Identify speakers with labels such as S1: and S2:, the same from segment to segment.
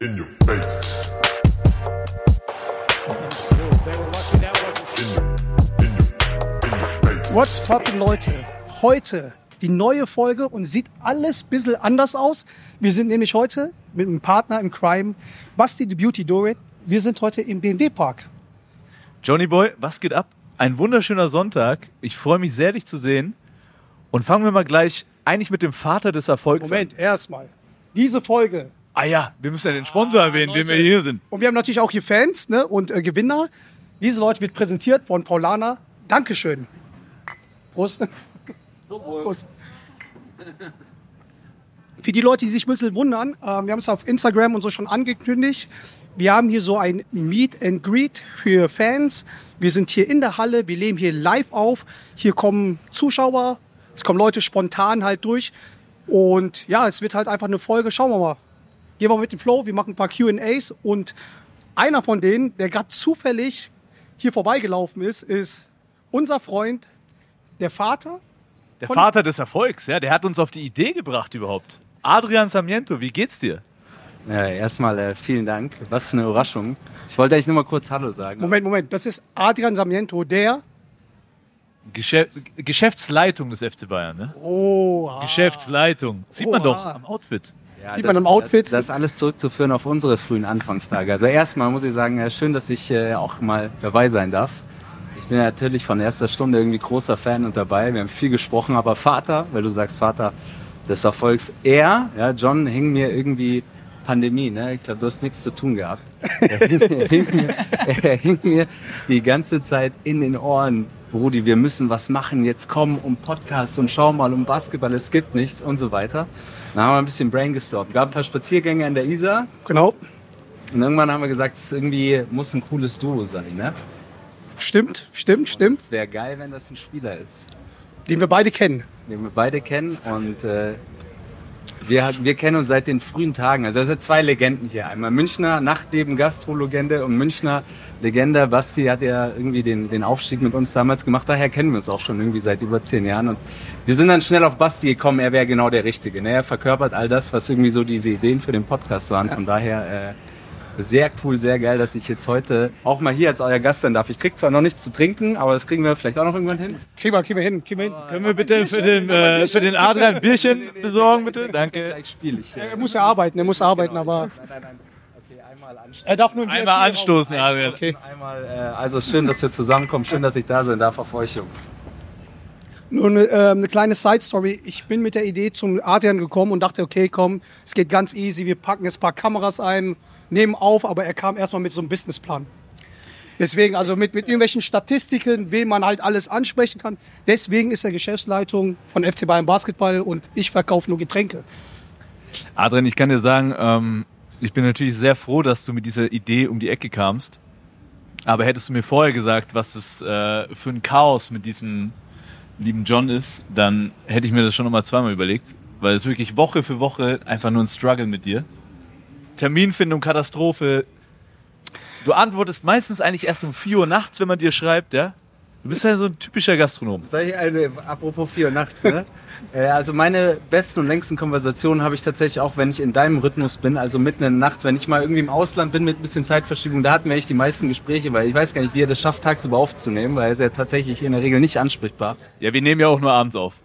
S1: in your face. In your, in your, in your face.
S2: What's poppin', Leute? Heute die neue Folge und sieht alles ein bisschen anders aus. Wir sind nämlich heute mit einem Partner im Crime, Basti the Beauty Dorit. Wir sind heute im BMW Park.
S3: Johnny Boy, was geht ab? Ein wunderschöner Sonntag. Ich freue mich sehr, dich zu sehen. Und fangen wir mal gleich eigentlich mit dem Vater des Erfolgs
S2: Moment, erstmal. Diese Folge.
S3: an. Ah ja, wir müssen ja den Sponsor erwähnen, wem wir hier sind.
S2: Und wir haben natürlich auch hier Fans ne? und äh, Gewinner. Diese Leute wird präsentiert von Paulana. Dankeschön. Prost. Prost. Für die Leute, die sich ein bisschen wundern, äh, wir haben es auf Instagram und so schon angekündigt. Wir haben hier so ein Meet and Greet für Fans. Wir sind hier in der Halle, wir leben hier live auf. Hier kommen Zuschauer, es kommen Leute spontan halt durch. Und ja, es wird halt einfach eine Folge. Schauen wir mal. Gehen wir mit dem Flow, wir machen ein paar QAs und einer von denen, der gerade zufällig hier vorbeigelaufen ist, ist unser Freund, der Vater
S3: Der
S2: Von-
S3: Vater des Erfolgs, ja, der hat uns auf die Idee gebracht überhaupt. Adrian Samiento, wie geht's dir?
S4: Ja, erstmal äh, vielen Dank. Was für eine Überraschung. Ich wollte eigentlich nur mal kurz Hallo sagen.
S2: Moment, Moment, das ist Adrian Samiento, der.
S3: Geschä Geschäftsleitung des FC Bayern, ne?
S2: Oh, ah.
S3: Geschäftsleitung. Sieht man
S2: Oha.
S3: doch am Outfit.
S4: Ja,
S2: Sieht man im Outfit.
S4: Das, das ist alles zurückzuführen auf unsere frühen Anfangstage. Also erstmal muss ich sagen, ja, schön, dass ich äh, auch mal dabei sein darf. Ich bin natürlich von erster Stunde irgendwie großer Fan und dabei. Wir haben viel gesprochen, aber Vater, weil du sagst Vater des Erfolgs, er, ja, John, hing mir irgendwie Pandemie, ne? Ich glaube, du hast nichts zu tun gehabt. Er hing, er, hing mir, er hing mir die ganze Zeit in den Ohren. Brudi, wir müssen was machen. Jetzt komm um Podcast und schau mal um Basketball. Es gibt nichts und so weiter. Dann haben wir ein bisschen brainstormt. Gab ein paar Spaziergänge an der Isar.
S2: Genau,
S4: Und irgendwann haben wir gesagt, es irgendwie muss ein cooles Duo sein, ne?
S2: stimmt, stimmt, stimmt.
S4: Es wäre geil, wenn das ein Spieler ist,
S2: Den wir beide kennen.
S4: den wir beide kennen. Und äh, wir, wir kennen uns seit den frühen Tagen. Also das sind zwei Legenden hier. Einmal Münchner Nachtleben Gastro-Legende und Münchner Legende. Basti hat ja irgendwie den, den Aufstieg mit uns damals gemacht. Daher kennen wir uns auch schon irgendwie seit über zehn Jahren. Und wir sind dann schnell auf Basti gekommen. Er wäre genau der Richtige. Ne? Er verkörpert all das, was irgendwie so diese Ideen für den Podcast waren. Von daher... Äh, Sehr cool, sehr geil, dass ich jetzt heute auch mal hier als euer Gast sein darf. Ich krieg zwar noch nichts zu trinken, aber das kriegen wir vielleicht auch noch irgendwann hin.
S2: Kriegen wir, kriegen wir hin, kriegen wir hin.
S3: Können wir bitte für den, äh, für den Adrian ein Bierchen besorgen, bitte? Danke.
S4: Gleich spiel ich.
S2: Er muss ja arbeiten, er muss arbeiten, aber
S4: Okay, einmal anstoßen.
S2: er darf nur im
S3: Einmal
S2: VIP raus.
S3: anstoßen, Adrian.
S2: Okay.
S4: Einmal, äh, also schön, dass wir zusammenkommen, schön, dass ich da sein darf auf euch, Jungs.
S2: Nur eine, äh, eine kleine Side-Story. Ich bin mit der Idee zum Adrian gekommen und dachte, okay, komm, es geht ganz easy, wir packen jetzt ein paar Kameras ein, nehmen auf, aber er kam erstmal mit so einem Businessplan. Deswegen, also mit, mit irgendwelchen Statistiken, wen man halt alles ansprechen kann. Deswegen ist er Geschäftsleitung von FC Bayern Basketball und ich verkaufe nur Getränke.
S3: Adrian, ich kann dir sagen, ähm, ich bin natürlich sehr froh, dass du mit dieser Idee um die Ecke kamst. Aber hättest du mir vorher gesagt, was es äh, für ein Chaos mit diesem lieben John ist, dann hätte ich mir das schon nochmal zweimal überlegt, weil es wirklich Woche für Woche einfach nur ein Struggle mit dir. Terminfindung, Katastrophe. Du antwortest meistens eigentlich erst um 4 Uhr nachts, wenn man dir schreibt, ja? Du bist ja so ein typischer Gastronom.
S4: Soll ich eine, apropos 4 Uhr nachts, ne? Äh, also meine besten und längsten Konversationen habe ich tatsächlich auch, wenn ich in deinem Rhythmus bin, also mitten in der Nacht, wenn ich mal irgendwie im Ausland bin mit ein bisschen Zeitverschiebung, da hatten wir echt die meisten Gespräche, weil ich weiß gar nicht, wie er das schafft, tagsüber aufzunehmen, weil er ist ja tatsächlich in der Regel nicht ansprechbar.
S3: Ja, wir nehmen ja auch nur abends auf.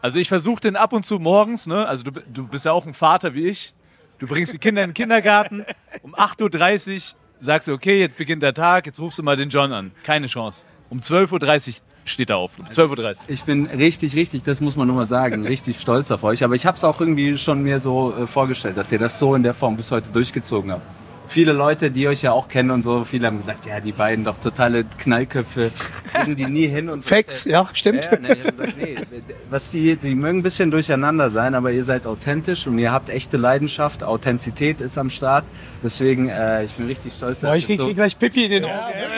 S3: Also ich versuche den ab und zu morgens, ne? Also du, du bist ja auch ein Vater wie ich. Du bringst die Kinder in den Kindergarten, um 8.30 Uhr sagst du, okay, jetzt beginnt der Tag, jetzt rufst du mal den John an. Keine Chance. Um 12.30 Uhr steht er auf. Um 12.30 Uhr.
S4: Ich bin richtig, richtig, das muss man nochmal sagen, richtig stolz auf euch. Aber ich habe es auch irgendwie schon mir so äh, vorgestellt, dass ihr das so in der Form bis heute durchgezogen habt. Viele Leute, die euch ja auch kennen und so, viele haben gesagt, ja, die beiden doch totale Knallköpfe, kriegen die nie hin. Und so.
S2: Facts, ja, stimmt.
S4: Ja, ja, ne, ich hab gesagt, nee, was die, die mögen ein bisschen durcheinander sein, aber ihr seid authentisch und ihr habt echte Leidenschaft. Authentizität ist am Start. Deswegen, äh, ich bin richtig stolz, dass
S2: Boah, ich
S4: das
S2: krieg,
S4: so-
S2: krieg gleich Pippi in den Augen.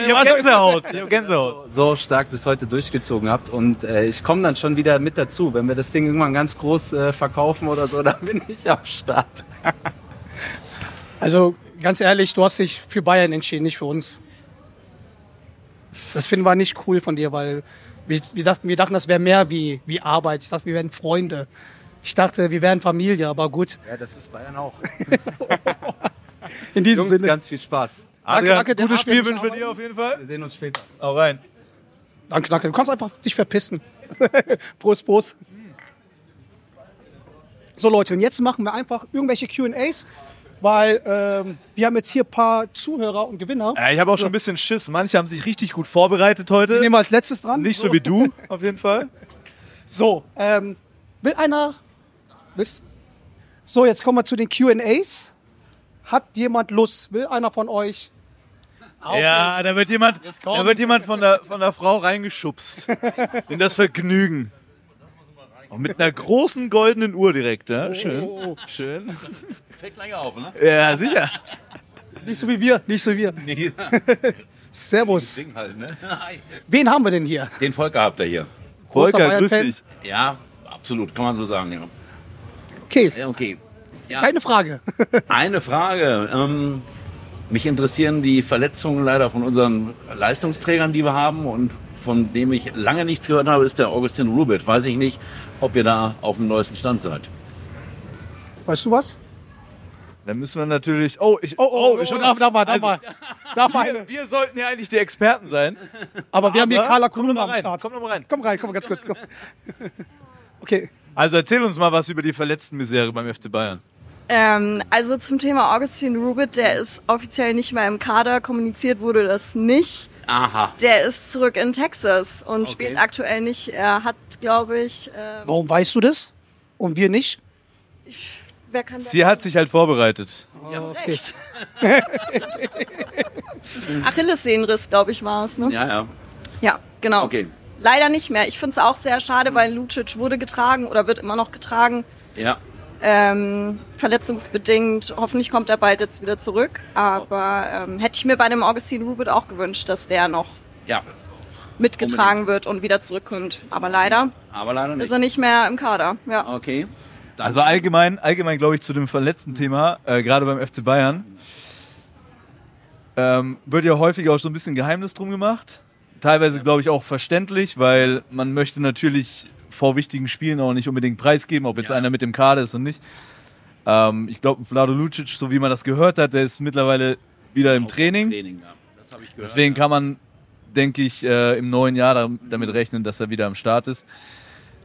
S3: Ich hab Gänsehaut. Ich hab Gänsehaut.
S4: so stark bis heute durchgezogen habt. Und äh, ich komme dann schon wieder mit dazu. Wenn wir das Ding irgendwann ganz groß äh, verkaufen oder so, dann bin ich am Start.
S2: Also ganz ehrlich, du hast dich für Bayern entschieden, nicht für uns. Das finden wir nicht cool von dir, weil wir, wir, dachten, wir dachten, das wäre mehr wie, wie Arbeit. Ich dachte, wir wären Freunde. Ich dachte, wir wären Familie, aber gut.
S4: Ja, das ist Bayern auch.
S2: In diesem
S5: Jungs,
S2: Sinne.
S5: ganz viel Spaß.
S3: Adrian,
S2: danke, der
S3: gutes
S2: Adrian
S3: Spiel
S2: ist
S3: wünschen wir
S2: aber-
S3: dir auf jeden Fall.
S5: Wir sehen uns später.
S3: Auch rein.
S2: Danke, danke. Du kannst einfach dich verpissen. Prost, Prost. So Leute, und jetzt machen wir einfach irgendwelche Q&As, weil ähm, wir haben jetzt hier ein paar Zuhörer und Gewinner.
S3: Ja, ich habe auch schon ein bisschen Schiss. Manche haben sich richtig gut vorbereitet heute.
S2: Nehmen wir als letztes dran.
S3: Nicht so wie du, auf jeden Fall.
S2: So, ähm, will einer wissen? So, jetzt kommen wir zu den Q&As. Hat jemand Lust? Will einer von euch?
S3: ja, da wird jemand,
S2: kommt.
S3: da wird jemand von, der, von der Frau reingeschubst. In das Vergnügen. Und mit einer großen goldenen Uhr direkt, ja? Schön. Schön.
S6: Fällt gleich auf, ne?
S3: Ja, sicher.
S2: Nicht so wie wir, nicht so wie wir.
S6: Nee,
S2: Servus.
S6: Ding halt, ne?
S2: Wen haben wir denn hier?
S6: Den Volker habt ihr hier.
S2: Großer
S3: Volker, grüß
S2: Bayern-Fan.
S3: dich.
S6: Ja, absolut, kann man so sagen, ja.
S2: Okay,
S6: Ja, Okay. Ja,
S2: keine Frage.
S6: eine Frage. Ähm, mich interessieren die Verletzungen leider von unseren Leistungsträgern, die wir haben und von dem ich lange nichts gehört habe, ist der Augustin Rubert. Weiß ich nicht, ob ihr da auf dem neuesten Stand seid.
S2: Weißt du was?
S3: Dann müssen wir natürlich. Oh, ich, schon
S2: da, da war, da war. Da war eine.
S3: wir, wir sollten ja eigentlich die Experten sein.
S2: Aber wir haben hier
S3: Aber-
S2: Carla
S3: Komm noch
S2: Kuhn
S3: mal
S2: am
S3: rein.
S2: Start.
S3: Komm noch mal rein.
S2: Komm rein, komm ganz kurz. Komm. Okay,
S3: Also erzähl uns mal was über die verletzten Misere beim FC Bayern.
S7: Ähm, also zum Thema Augustin Rubit, der ist offiziell nicht mehr im Kader, kommuniziert wurde das nicht.
S6: Aha.
S7: Der ist zurück in Texas und
S6: Okay.
S7: spielt aktuell nicht. Er hat, glaube ich, äh,
S2: warum weißt du das? Und wir nicht?
S7: wer kann da-
S3: Sie hat sich halt vorbereitet.
S7: recht? Achillessehnenriss, glaube ich, war es, ne?
S6: Ja, ja.
S7: Ja, genau.
S6: Okay.
S7: Leider nicht mehr. Ich finde es auch sehr schade, weil Lucic wurde getragen oder wird immer noch getragen.
S6: Ja.
S7: Ähm, verletzungsbedingt. Hoffentlich kommt er bald jetzt wieder zurück. Aber
S6: Oh.
S7: ähm, hätte ich mir bei dem Augustin Rubit auch gewünscht, dass der noch
S6: Ja.
S7: mitgetragen wird und wieder zurückkommt. Aber leider
S6: Aber leider
S7: ist
S6: nicht.
S7: er nicht mehr im Kader. Ja.
S6: Okay. Danke.
S3: Also allgemein, allgemein glaube ich zu dem verletzten Thema, äh, gerade beim FC Bayern, ähm, wird ja häufig auch so ein bisschen Geheimnis drum gemacht. Teilweise glaube ich auch verständlich, weil man möchte natürlich vor wichtigen Spielen auch nicht unbedingt preisgeben, ob jetzt
S6: Ja.
S3: einer mit dem Kader ist und nicht. Ähm, ich glaube, Vlado Lucic, so wie man das gehört hat, der ist mittlerweile wieder im Training.
S6: Training, ja. Das habe ich gehört.
S3: Deswegen kann man, denke ich, äh, im neuen Jahr da- damit rechnen, dass er wieder am Start ist.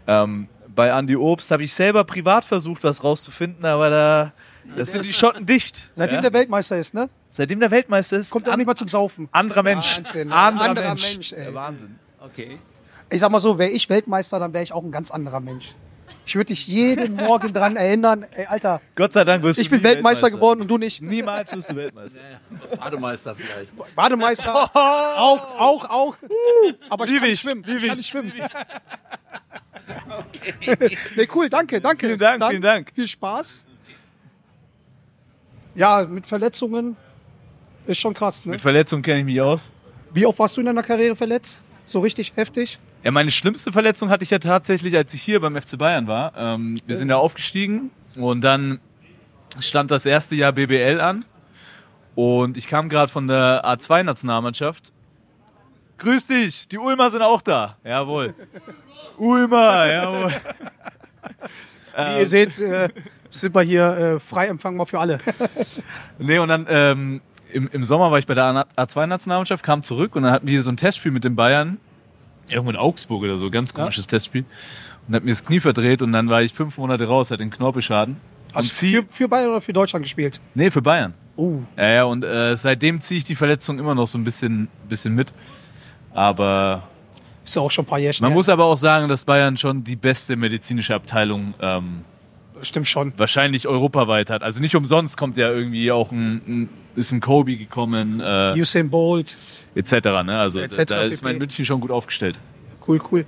S3: Ähm, bei Andy Obst habe ich selber privat versucht, was rauszufinden, aber da das sind die Schotten dicht.
S2: Seitdem
S3: ja?
S2: der Weltmeister ist, ne?
S3: Seitdem der Weltmeister ist,
S2: Kommt er auch
S3: an-
S2: nicht mal zum Saufen.
S3: anderer Mensch.
S2: Wahnsinn, ne?
S3: anderer,
S2: anderer
S3: Mensch.
S2: Mensch, ey.
S3: Der Wahnsinn.
S6: Okay.
S2: Ich sag mal so, wäre ich Weltmeister, dann wäre ich auch ein ganz anderer Mensch. Ich würde dich jeden Morgen dran erinnern, ey, Alter,
S3: Gott sei Dank wirst du
S2: ich bin
S3: nie
S2: Weltmeister, geworden und du nicht.
S3: Niemals wirst du Weltmeister.
S6: Bademeister vielleicht.
S2: Bademeister. auch, auch, auch. Aber ich
S3: Liebe
S2: kann nicht
S3: Oh. ich,
S2: schwimmen.
S3: liebe
S2: Ich kann
S3: ich.
S2: nicht schwimmen. nee, cool, danke, danke.
S3: Vielen Dank,
S2: Dann
S3: vielen Dank.
S2: Viel Spaß. Ja, mit Verletzungen ist schon krass, ne?
S3: Mit Verletzungen kenne ich mich aus.
S2: Wie oft warst du in deiner Karriere verletzt? So richtig heftig?
S3: Ja, meine schlimmste Verletzung hatte ich ja tatsächlich, als ich hier beim FC Bayern war. Ähm, wir sind ja aufgestiegen und dann stand das erste Jahr BBL an und ich kam gerade von der A2-Nationalmannschaft. Grüß dich, die Ulmer sind auch da. Jawohl. Ulmer, jawohl.
S2: Wie
S3: Ähm.
S2: ihr seht, äh, sind wir hier äh, frei empfangbar für alle.
S3: Nee, und dann ähm, im, im Sommer war ich bei der A2-Nationalmannschaft, kam zurück und dann hatten wir hier so ein Testspiel mit den Bayern. Irgendwo in Augsburg oder so, ganz komisches Testspiel. Und hat mir das Knie verdreht und dann war ich fünf Monate raus, hatte einen Knorpelschaden. und
S2: Hast du
S3: zieh-
S2: für, für Bayern oder für Deutschland gespielt?
S3: Nee, für Bayern.
S2: Oh,
S3: Ja, ja, und äh, seitdem ziehe ich die Verletzung immer noch so ein bisschen, bisschen mit. Aber
S2: ist ja auch schon ein paar Jährchen.
S3: man
S2: her.
S3: muss aber auch sagen, dass Bayern schon die beste medizinische Abteilung ähm,
S2: Stimmt schon.
S3: wahrscheinlich europaweit hat. Also nicht umsonst kommt ja irgendwie auch ein, ein ist ein Kobe gekommen, äh,
S2: Usain Bolt.
S3: etc. Ne? Also
S2: Et cetera
S3: da ist mein
S2: pp.
S3: München schon gut aufgestellt.
S2: Cool, cool.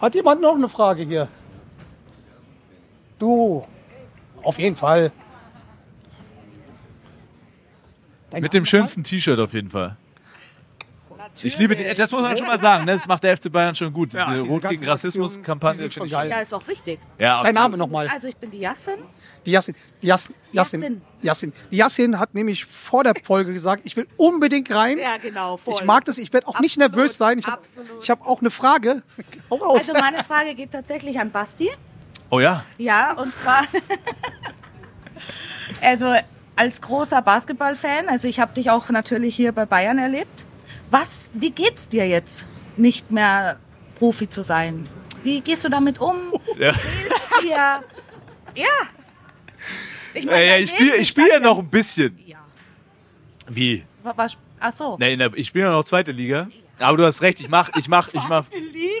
S2: Hat jemand noch eine Frage hier? Du, auf jeden Fall. Dein
S3: Mit dem
S2: Name
S3: schönsten T-Shirt auf jeden Fall. Ich liebe die, das muss man schon mal sagen, ne? das macht der FC Bayern schon gut. Diese,
S2: diese
S3: Rot gegen
S2: ganzen Aktionen, die
S3: Rassismus-Kampagne.
S2: sind schon
S3: finde
S2: geil.
S3: ich-
S8: Ja, ist auch wichtig.
S3: Ja,
S2: Dein
S3: absolut.
S2: Name nochmal.
S8: Also ich bin die Jassin.
S2: Die Yassin, die Yassin, Yassin,
S8: Yassin.
S2: Yassin. Die Yassin hat nämlich vor der Folge gesagt, ich will unbedingt rein.
S8: Ja, genau, voll.
S2: Ich mag das, ich werde auch nicht
S8: Absolut,
S2: nervös sein. Ich habe
S8: absolut.
S2: hab auch eine Frage. Hau raus.
S8: Also meine Frage geht tatsächlich an Basti.
S3: Oh ja,
S8: Ja, und zwar. also als großer Basketballfan, also ich habe dich auch natürlich hier bei Bayern erlebt. Was, wie geht's dir jetzt, nicht mehr Profi zu sein? Wie gehst du damit um?
S3: Ja.
S8: Hier, ja. Ich,
S3: Äh, Ja,
S8: meine,
S3: ja, ich
S8: erlebt
S3: spiele
S8: dich
S3: ich spiel ja
S8: dann-
S3: noch ein bisschen.
S8: Ja.
S3: Wie?
S8: Wa- was- Ach so.
S3: Nein, na, ich spiele ja noch zweite Liga. Aber du hast recht, ich mach, ich mach, ich mach.
S8: Die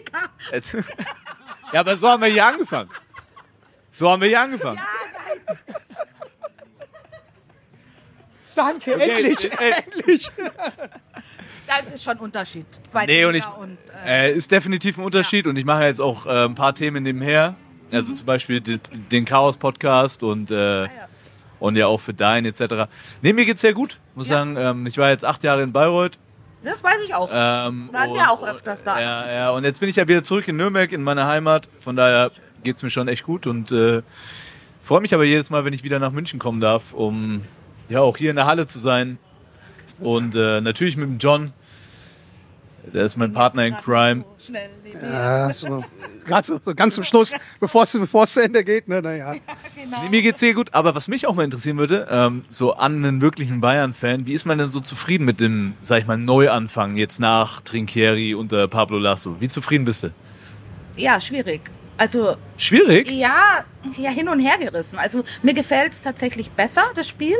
S8: Liga.
S3: Ja, aber so haben wir hier angefangen. So haben wir hier angefangen.
S2: Danke, endlich,
S3: Ey,
S2: endlich.
S8: Das ist schon ein Unterschied. Zweite
S3: Nee, und ich,
S8: Liga und äh,
S3: äh, ist definitiv ein Unterschied und ich mache jetzt auch äh, ein paar Themen nebenher. Also
S8: Mhm.
S3: zum Beispiel den, den Chaos-Podcast und,
S8: Ah,
S3: äh, und ja auch für dein etc. Nee, mir geht's sehr gut. Muss sagen, ähm, ich war jetzt acht Jahre in Bayreuth.
S8: das weiß ich auch.
S3: Ähm,
S8: Waren wir auch öfters da.
S3: Ja, ja, und jetzt bin ich ja wieder zurück in Nürnberg, in meine Heimat. Von daher geht's mir schon echt gut und äh, freue mich aber jedes Mal, wenn ich wieder nach München kommen darf, um ja auch hier in der Halle zu sein. Und äh, natürlich mit dem John. Der ist mein Partner in Crime.
S8: So schnell nee, nee.
S2: Ja, so. Ganz, so ganz zum Schluss, bevor es bevor es zu Ende geht. Ne, naja.
S3: Nee, Mir geht's sehr gut, aber was mich auch mal interessieren würde, ähm, so an einen wirklichen Bayern-Fan, wie ist man denn so zufrieden mit dem, sag ich mal, Neuanfang jetzt nach Trinkieri unter Pablo Lasso? Wie zufrieden bist du?
S8: ja, schwierig. Also
S3: Schwierig?
S8: ja, ja, hin und her gerissen. Also mir gefällt es tatsächlich besser, das Spiel.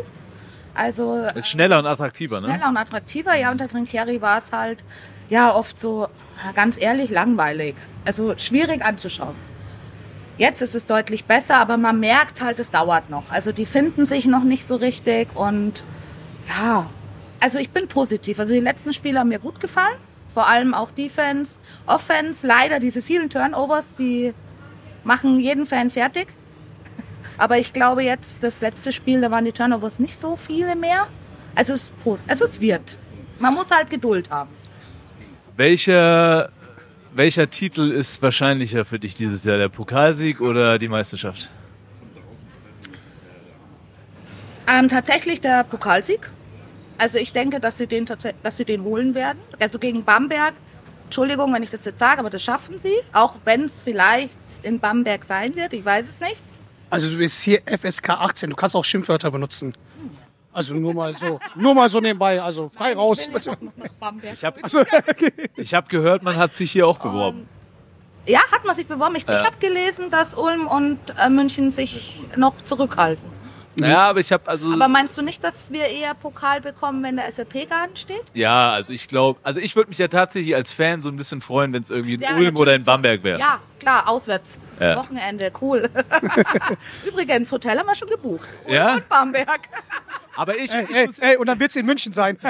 S8: Also äh,
S3: Schneller und attraktiver, ne?
S8: schneller und attraktiver. Ja, unter Trinkieri war es halt ja oft so, ja, ganz ehrlich, langweilig. Also schwierig anzuschauen. Jetzt ist es deutlich besser, aber man merkt halt, es dauert noch. Also die finden sich noch nicht so richtig und ja, also ich bin positiv. Also die letzten Spiele haben mir gut gefallen. Vor allem auch Defense, Offense. Leider diese vielen Turnovers, die machen jeden Fan fertig. Aber ich glaube jetzt, das letzte Spiel, da waren die Turnovers nicht so viele mehr. Also es, ist po- also es wird. Man muss halt Geduld haben.
S3: Welcher, welcher Titel ist wahrscheinlicher für dich dieses Jahr? Der Pokalsieg oder die Meisterschaft?
S8: Ähm, tatsächlich der Pokalsieg. Also ich denke, dass sie, den tatsä- dass sie den holen werden. Also gegen Bamberg, Entschuldigung, wenn ich das jetzt sage, aber das schaffen sie. Auch wenn es vielleicht in Bamberg sein wird, ich weiß es nicht.
S2: Also du bist hier FSK 18, du kannst auch Schimpfwörter benutzen. Also nur mal so, nur mal so nebenbei, also frei raus.
S8: Bamberg.
S3: Ich habe
S2: Also, okay.
S3: ich hab gehört, man hat sich hier
S8: Ähm,
S3: auch beworben.
S8: Ja, hat man sich beworben. Ich, ich habe gelesen, dass Ulm und äh, München sich noch zurückhalten.
S3: Ja, aber ich habe also.
S8: Aber meinst du nicht, dass wir eher Pokal bekommen, wenn der SLP gar nicht steht?
S3: ja, also ich glaube, also ich würde mich ja tatsächlich als Fan so ein bisschen freuen, wenn es irgendwie in
S8: Ja,
S3: Ulm
S8: natürlich.
S3: oder in Bamberg wäre.
S8: Ja, klar, auswärts.
S3: Ja.
S8: Wochenende, cool. Übrigens, Hotel haben wir schon gebucht. Ulm
S3: Ja?
S8: Und Bamberg.
S3: Aber ich, ich
S2: Ey,
S3: muss.
S2: ey, und dann wird sie in München sein.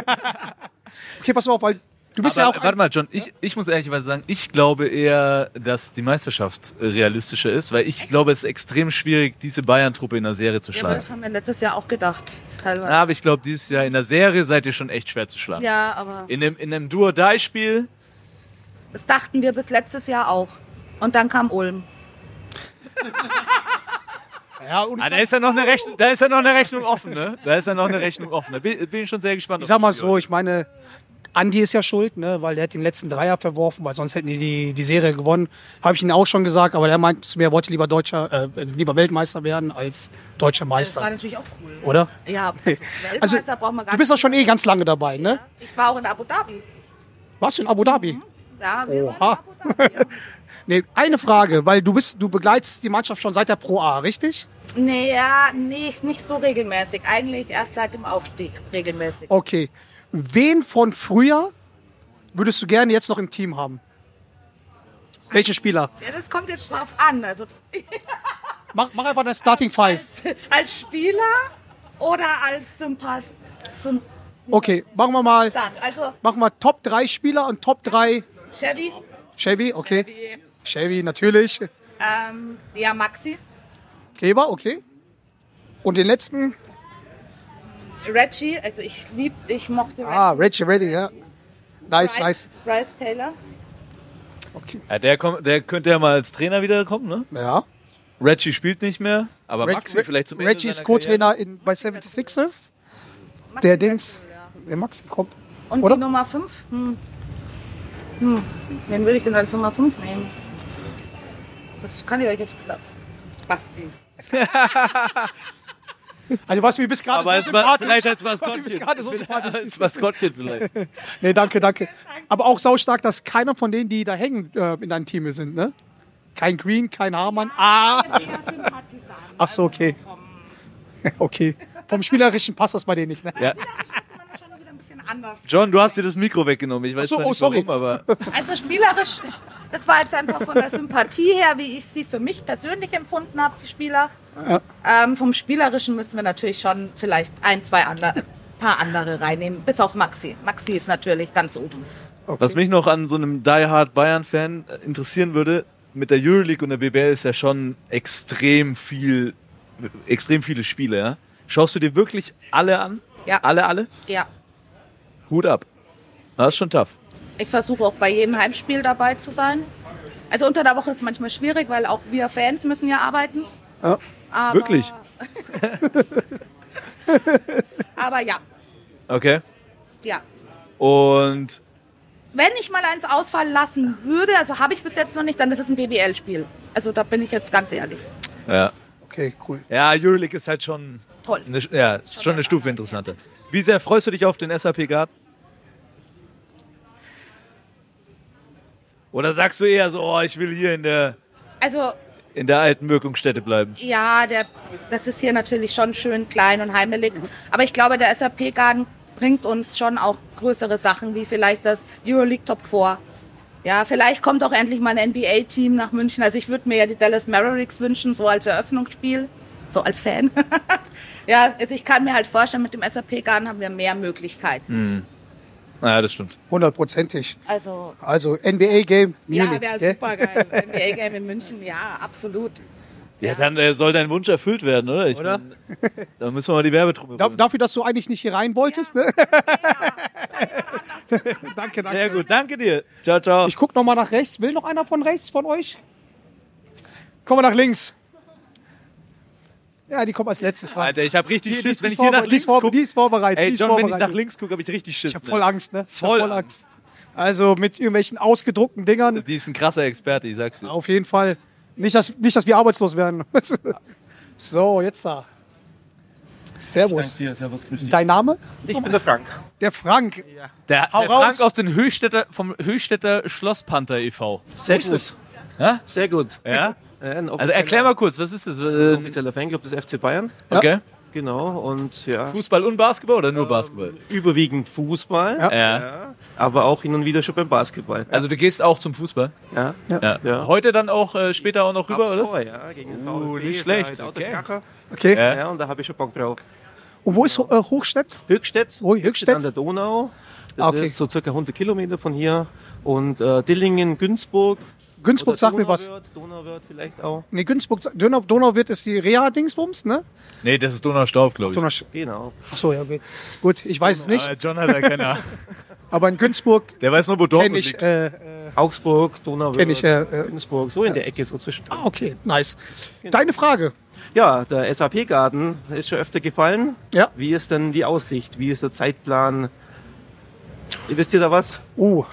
S2: Okay, pass mal auf, weil du bist
S3: Aber,
S2: ja auch.
S3: warte mal, John, ich, ich muss ehrlicherweise sagen, ich glaube eher, dass die Meisterschaft äh, realistischer ist, weil ich glaube, es ist extrem schwierig, diese Bayern-Truppe in der Serie zu
S8: Ja, aber
S3: schlagen.
S8: das haben wir letztes Jahr auch gedacht, teilweise.
S3: Ja, aber ich glaube, dieses Jahr in der Serie seid ihr schon echt schwer zu schlagen.
S8: Ja, aber
S3: In einem, in einem Duo-Die-Spiel
S8: das dachten wir bis letztes Jahr auch. Und dann kam Ulm.
S2: Ja, und ich
S3: Ah, da
S2: sag-
S3: ist ja noch eine
S2: Oh.
S3: Rechnung, da ist ja noch eine Rechnung offen, ne? Da ist ja noch eine Rechnung offen. Da bin, bin ich schon sehr gespannt.
S2: Ich
S3: auf
S2: sag mal
S3: das Spiel.
S2: so, ich meine, Andi ist ja schuld, ne, weil der hat den letzten Dreier verworfen, weil sonst hätten die die, die Serie gewonnen. Habe ich ihn auch schon gesagt, aber der meint zu mir, er wollte lieber deutscher, äh, lieber Weltmeister werden als deutscher
S8: Das war
S2: Meister,
S8: natürlich auch cool.
S2: oder?
S8: Ja, also Weltmeister
S2: Also,
S8: brauchen wir gar
S2: du bist doch schon eh ganz lange dabei, ne?
S8: Ich war auch in Abu Dhabi.
S2: Warst du in Abu Dhabi?
S8: Mhm. Ja, wir waren in
S2: Oha.
S8: Abu Dhabi. Ja.
S2: Nee, eine Frage, weil du bist, du begleitst die Mannschaft schon seit der Pro A, richtig?
S8: Nee, ja, nicht, nicht so regelmäßig. Eigentlich erst seit dem Aufstieg regelmäßig.
S2: Okay. Wen von früher würdest du gerne jetzt noch im Team haben? Welche Spieler?
S8: Ja, das kommt jetzt drauf an. Also
S2: Mach, mach einfach eine Starting Five.
S8: als Spieler oder als Sympath. Symp
S2: Okay, machen wir mal,
S8: also
S2: machen wir Top 3 Spieler und Top 3
S8: Chevy,
S2: Chevy, okay. Chevy, natürlich.
S8: ähm, ja, Maxi,
S2: Kleber, okay. Und den letzten?
S8: Reggie. Also ich lieb, ich mochte
S2: Ah, Reggie Ready, ja. Nice, nice.
S8: Bryce Taylor.
S2: Okay.
S3: Ja, der, kommt, der könnte ja mal als Trainer wiederkommen, ne?
S2: Ja.
S3: Reggie spielt nicht mehr, aber
S2: Reg-
S3: Maxi vielleicht zum Ende
S2: Reggie ist
S3: seiner Karriere.
S2: Co-Trainer in- bei 76ers. Der Dings. Der Maxi kommt.
S8: Und
S2: Oder?
S8: die Nummer 5? Hm. Hm. Wen würde ich denn als Nummer 5 nehmen? Das kann ich euch jetzt klar. Basti.
S2: Also was mir bis gerade
S3: Aber
S2: so
S3: als Ma- vielleicht als
S2: sympathisch. Was mir bis
S3: Maskottchen.
S2: gerade so sympathisch.
S6: Als Maskottchen vielleicht.
S2: Nee, danke, danke. Aber auch saustark, dass keiner von denen, die da hängen, äh, in deinem Team sind, ne? Kein Green, kein Hamann. Ah, Ach so, okay.
S8: Also vom,
S2: okay. Vom spielerischen passt das bei denen nicht, ne?
S3: Ja.
S8: spielerisch musste man das schon wieder ein bisschen anders.
S3: John, du hast dir das Mikro weggenommen. Ich weiß
S2: so,
S3: zwar nicht
S2: oh, sorry.
S3: warum, aber
S8: Also spielerisch, das war jetzt einfach von der Sympathie her, wie ich sie für mich persönlich empfunden habe, die Spieler. Ähm, vom Spielerischen müssen wir natürlich schon vielleicht ein, zwei andere, paar andere reinnehmen, bis auf Maxi. Maxi ist natürlich ganz oben.
S3: was mich noch an so einem Die Hard Bayern-Fan interessieren würde, mit der Euroleague und der BBL ist ja schon extrem viel, extrem viele Spiele, ja? Schaust du dir wirklich alle an?
S8: Ja.
S3: Alle, alle?
S8: Ja.
S3: Hut ab. Das ist schon tough.
S8: Ich versuche auch bei jedem Heimspiel dabei zu sein. Also unter der Woche ist manchmal schwierig, weil auch wir Fans müssen ja arbeiten.
S2: Ja.
S8: Aber,
S3: Wirklich?
S8: Aber ja,
S3: Okay.
S8: ja.
S3: Und
S8: Wenn ich mal eins ausfallen lassen würde, also habe ich bis jetzt noch nicht, dann ist es ein BBL-Spiel. Also da bin ich jetzt ganz ehrlich.
S3: ja.
S2: Okay, cool.
S3: ja, Euroleague ist halt schon
S8: Toll.
S3: eine, ja, ist schon eine Stufe interessanter. Wie sehr freust du dich auf den SAP Garten? Oder sagst du eher so, oh, ich will hier in der,
S8: Also
S3: in der alten Wirkungsstätte bleiben?
S8: ja, der, das ist hier natürlich schon schön klein und heimelig. Aber ich glaube, der SAP-Garden bringt uns schon auch größere Sachen, wie vielleicht das Euroleague Top 4. Ja, vielleicht kommt auch endlich mal ein NBA-Team nach München. Also ich würde mir ja die Dallas Mavericks wünschen, so als Eröffnungsspiel, so als Fan. ja, also ich kann mir halt vorstellen, mit dem SAP-Garden haben wir mehr Möglichkeiten.
S3: Naja, das stimmt.
S2: Hundertprozentig.
S8: Also
S2: Also NBA-Game,
S8: ja,
S2: Munich.
S8: wäre
S2: gell?
S8: super geil. NBA-Game in München, ja, absolut.
S3: Ja, dann äh, soll dein Wunsch erfüllt werden, oder? Ich
S2: Oder?
S3: Mein, da müssen wir mal die Werbetruppe
S2: Da,
S3: holen.
S2: dafür, dass du eigentlich nicht hier rein wolltest, ne? danke, danke.
S3: Sehr gut, danke dir. Ciao, ciao.
S2: Ich guck noch mal nach rechts. Will noch einer von rechts von euch? Kommen wir nach links. Ja, die kommt als letztes dran.
S3: Alter, ich habe richtig
S2: Die- die
S3: Schiss,
S2: ist
S3: wenn ich hier
S2: vorbe-
S3: nach
S2: die
S3: links
S2: ist vorbe-
S3: gucke.
S2: die ist vorbereitet,
S3: Ey,
S2: die ist
S3: John, wenn ich nach
S2: vorbereitet.
S3: links gucke, habe ich richtig Schiss.
S2: ich habe voll Angst, ne? Ich hab
S3: Voll
S2: Also mit irgendwelchen ausgedruckten Dingern.
S3: Die ist ein krasser Experte, ich sag's dir.
S2: Auf jeden Fall. Nicht, dass, nicht, dass wir arbeitslos werden. so, jetzt da. Servus. Dein Name?
S9: Ich bin der Frank.
S2: Der Frank.
S3: Der,
S2: Hau
S3: der Frank
S2: raus.
S3: aus den Höchstädter, vom Höchstädter Schlosspanther e.V.
S9: Sehr
S2: ist
S9: gut.
S2: es?
S3: Ja?
S9: Sehr gut.
S3: Ja?
S9: Ein
S3: Also erklär mal kurz, was ist das? Äh,
S9: Offizieller Fanclub des FC Bayern.
S3: Okay.
S9: Genau. Und ja.
S3: Fußball und Basketball oder nur Basketball?
S9: Überwiegend Fußball.
S2: Ähm, Ja.
S3: Ja.
S9: Ja, aber auch hin und wieder schon beim Basketball.
S3: Also du gehst auch zum Fußball?
S9: Ja.
S3: Ja.
S9: Ja.
S3: Heute dann auch, äh, später auch noch rüber,
S9: Ab
S3: oder?
S9: vor, ja, gegen den
S3: Oh,
S9: VfB
S3: nicht
S9: ist
S3: schlecht,
S9: halt auch
S3: okay.
S9: der Kracher.
S2: Okay.
S3: Ja.
S9: Ja, und da habe ich schon Bock drauf.
S2: Und wo ist Ho- äh, Hochstedt?
S9: Höchstädt.
S2: Oh, Höchstädt? Ah,
S9: An der Donau. Das
S2: Okay.
S9: ist so circa 100 Kilometer von hier. Und äh, Dillingen, Günzburg.
S2: Günzburg
S9: Oder
S2: sagt mir was.
S9: Donauwörth, Donauwörth vielleicht auch.
S2: Nee, Günzburg, Donau, Donauwirt ist die Reha-Dingsbums, ne?
S3: Nee, das ist Donaustaub, glaube ich.
S2: Donau,
S9: Genau.
S2: achso, ja, okay. Gut, ich weiß es nicht.
S3: Ah, John hat ja keine Ahnung.
S2: Aber in Günzburg
S3: Der weiß nur, wo
S2: kenne
S3: Dortmund
S2: ich.
S3: liegt.
S2: Äh,
S9: Augsburg, Donauwörth,
S2: Kenn ich, ja, äh,
S9: Günzburg, so in der Ecke, so zwischen.
S2: ah, okay, nice. Deine Frage.
S9: Ja, der SAP-Garten ist schon öfter gefallen.
S2: Ja.
S9: Wie ist denn die Aussicht? Wie ist der Zeitplan? Ihr Wisst ihr da was?
S2: Oh,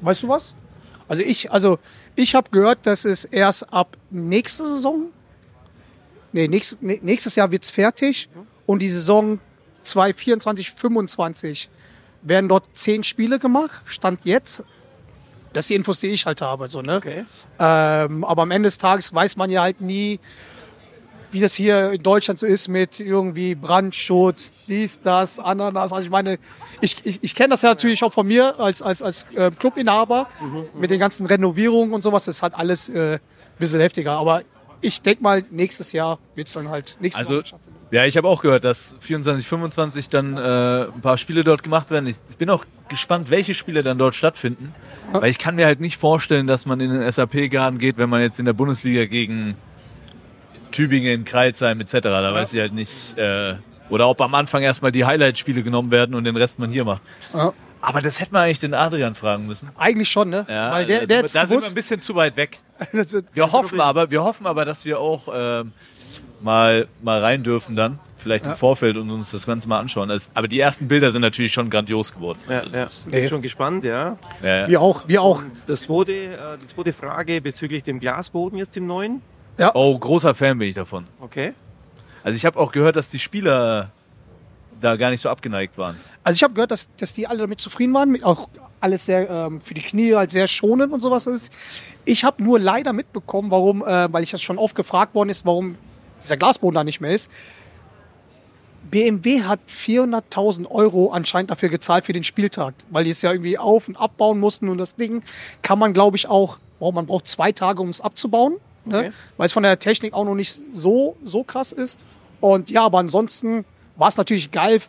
S2: weißt du was? Also ich, also ich habe gehört, dass es erst ab nächste Saison, nee, nächst, nee, nächstes Jahr wird's fertig und die Saison 2024, 25 werden dort zehn Spiele gemacht, Stand jetzt. Das ist die Infos, die ich halt habe, so, ne?
S9: Okay.
S2: Ähm, aber am Ende des Tages weiß man ja halt nie, wie das hier in Deutschland so ist mit irgendwie Brandschutz, dies, das, Ananas. Also ich meine, ich, ich, ich kenne das ja natürlich auch von mir als, als, als äh, Clubinhaber mit den ganzen Renovierungen und sowas. Das ist halt alles äh, ein bisschen heftiger. Aber ich denke mal, nächstes Jahr wird es dann halt nächstes
S3: Also, ja, ich habe auch gehört, dass 24, 25 dann äh, ein paar Spiele dort gemacht werden. Ich, ich bin auch gespannt, welche Spiele dann dort stattfinden. Weil ich kann mir halt nicht vorstellen, dass man in den SAP-Garden geht, wenn man jetzt in der Bundesliga gegen Tübingen, Kreilsheim etc. Da weiß ich halt nicht. Äh, oder ob am Anfang erstmal die Highlight-Spiele genommen werden und den Rest man hier macht.
S2: Ja.
S3: Aber das hätte man eigentlich den Adrian fragen müssen.
S2: Eigentlich schon, ne?
S3: Ja,
S2: Weil der,
S3: da
S2: der
S3: sind
S2: jetzt
S3: wir, da sind wir ein
S2: gewusst-
S3: bisschen zu weit weg.
S2: das ist-
S3: Wir hoffen aber, wir hoffen aber, dass wir auch ähm, mal, mal rein dürfen dann. Vielleicht im Vorfeld und uns das Ganze mal anschauen. Es- aber die ersten Bilder sind natürlich schon grandios geworden.
S9: Ja, ja.
S3: Das ist-
S9: Bin schon gespannt, ja.
S3: ja, ja.
S2: wir auch, wir auch.
S9: Das wurde äh, die zweite Frage bezüglich dem Glasboden jetzt dem neuen.
S3: Oh, großer Fan bin ich davon.
S9: Okay.
S3: Also ich habe auch gehört, dass die Spieler da gar nicht so abgeneigt waren.
S2: Also ich habe gehört, dass, dass die alle damit zufrieden waren, mit auch alles sehr ähm, für die Knie halt sehr schonend und sowas ist. Ich habe nur leider mitbekommen, warum, äh, weil ich das schon oft gefragt worden ist, warum dieser Glasboden da nicht mehr ist. BMW hat 400.000 Euro anscheinend dafür gezahlt für den Spieltag, weil die es ja irgendwie auf und abbauen mussten und das Ding kann man, glaube ich, auch, wow, man braucht zwei Tage, um es abzubauen, ne? weil es von der Technik auch noch nicht so, so krass ist. Und ja, aber ansonsten war es natürlich geil,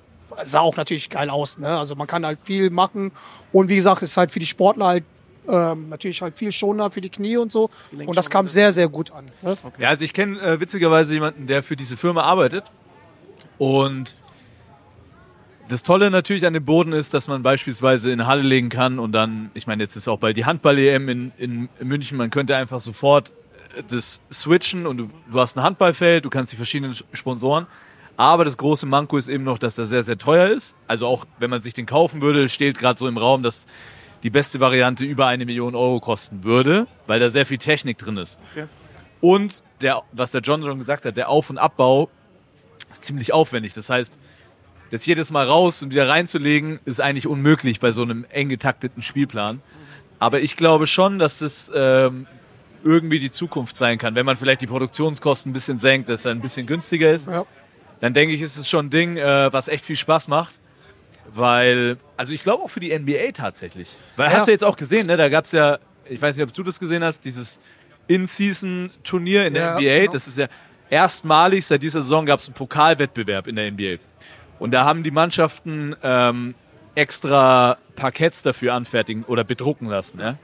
S2: sah auch natürlich geil aus. Ne? Also man kann halt viel machen und wie gesagt, es ist halt für die Sportler halt ähm, natürlich halt viel schonender für die Knie und so. Und das kam sehr, sehr gut an. Ne?
S3: Ja, also ich kenne äh, witzigerweise jemanden, der für diese Firma arbeitet. Und das Tolle natürlich an dem Boden ist, dass man beispielsweise in eine Halle legen kann und dann, ich meine, jetzt ist auch bald die Handball-EM in, in München, man könnte einfach sofort äh, das switchen und du, du hast ein Handballfeld, du kannst die verschiedenen Sch- Sponsoren. Aber das große Manko ist eben noch, dass der sehr, sehr teuer ist. Also auch wenn man sich den kaufen würde, steht gerade so im Raum, dass die beste Variante über eine Million Euro kosten würde, weil da sehr viel Technik drin ist. Und der, was der John schon gesagt hat, der Auf- und Abbau ist ziemlich aufwendig. Das heißt, das jedes Mal raus und wieder reinzulegen, ist eigentlich unmöglich bei so einem eng getakteten Spielplan. Aber ich glaube schon, dass das ähm, irgendwie die Zukunft sein kann. Wenn man vielleicht die Produktionskosten ein bisschen senkt, dass er ein bisschen günstiger ist,
S2: Ja.
S3: dann denke ich, ist es schon ein Ding, äh, was echt viel Spaß macht. Weil, also ich glaube auch für die NBA tatsächlich. Weil
S2: Ja.
S3: hast du jetzt auch gesehen, ne? da gab es ja, ich weiß nicht, ob du das gesehen hast, dieses In-Season-Turnier in
S2: Ja,
S3: der NBA.
S2: genau.
S3: Das ist ja erstmalig seit dieser Saison gab es einen Pokalwettbewerb in der NBA. Und da haben die Mannschaften ähm, extra Parketts dafür anfertigen oder bedrucken lassen. Ne?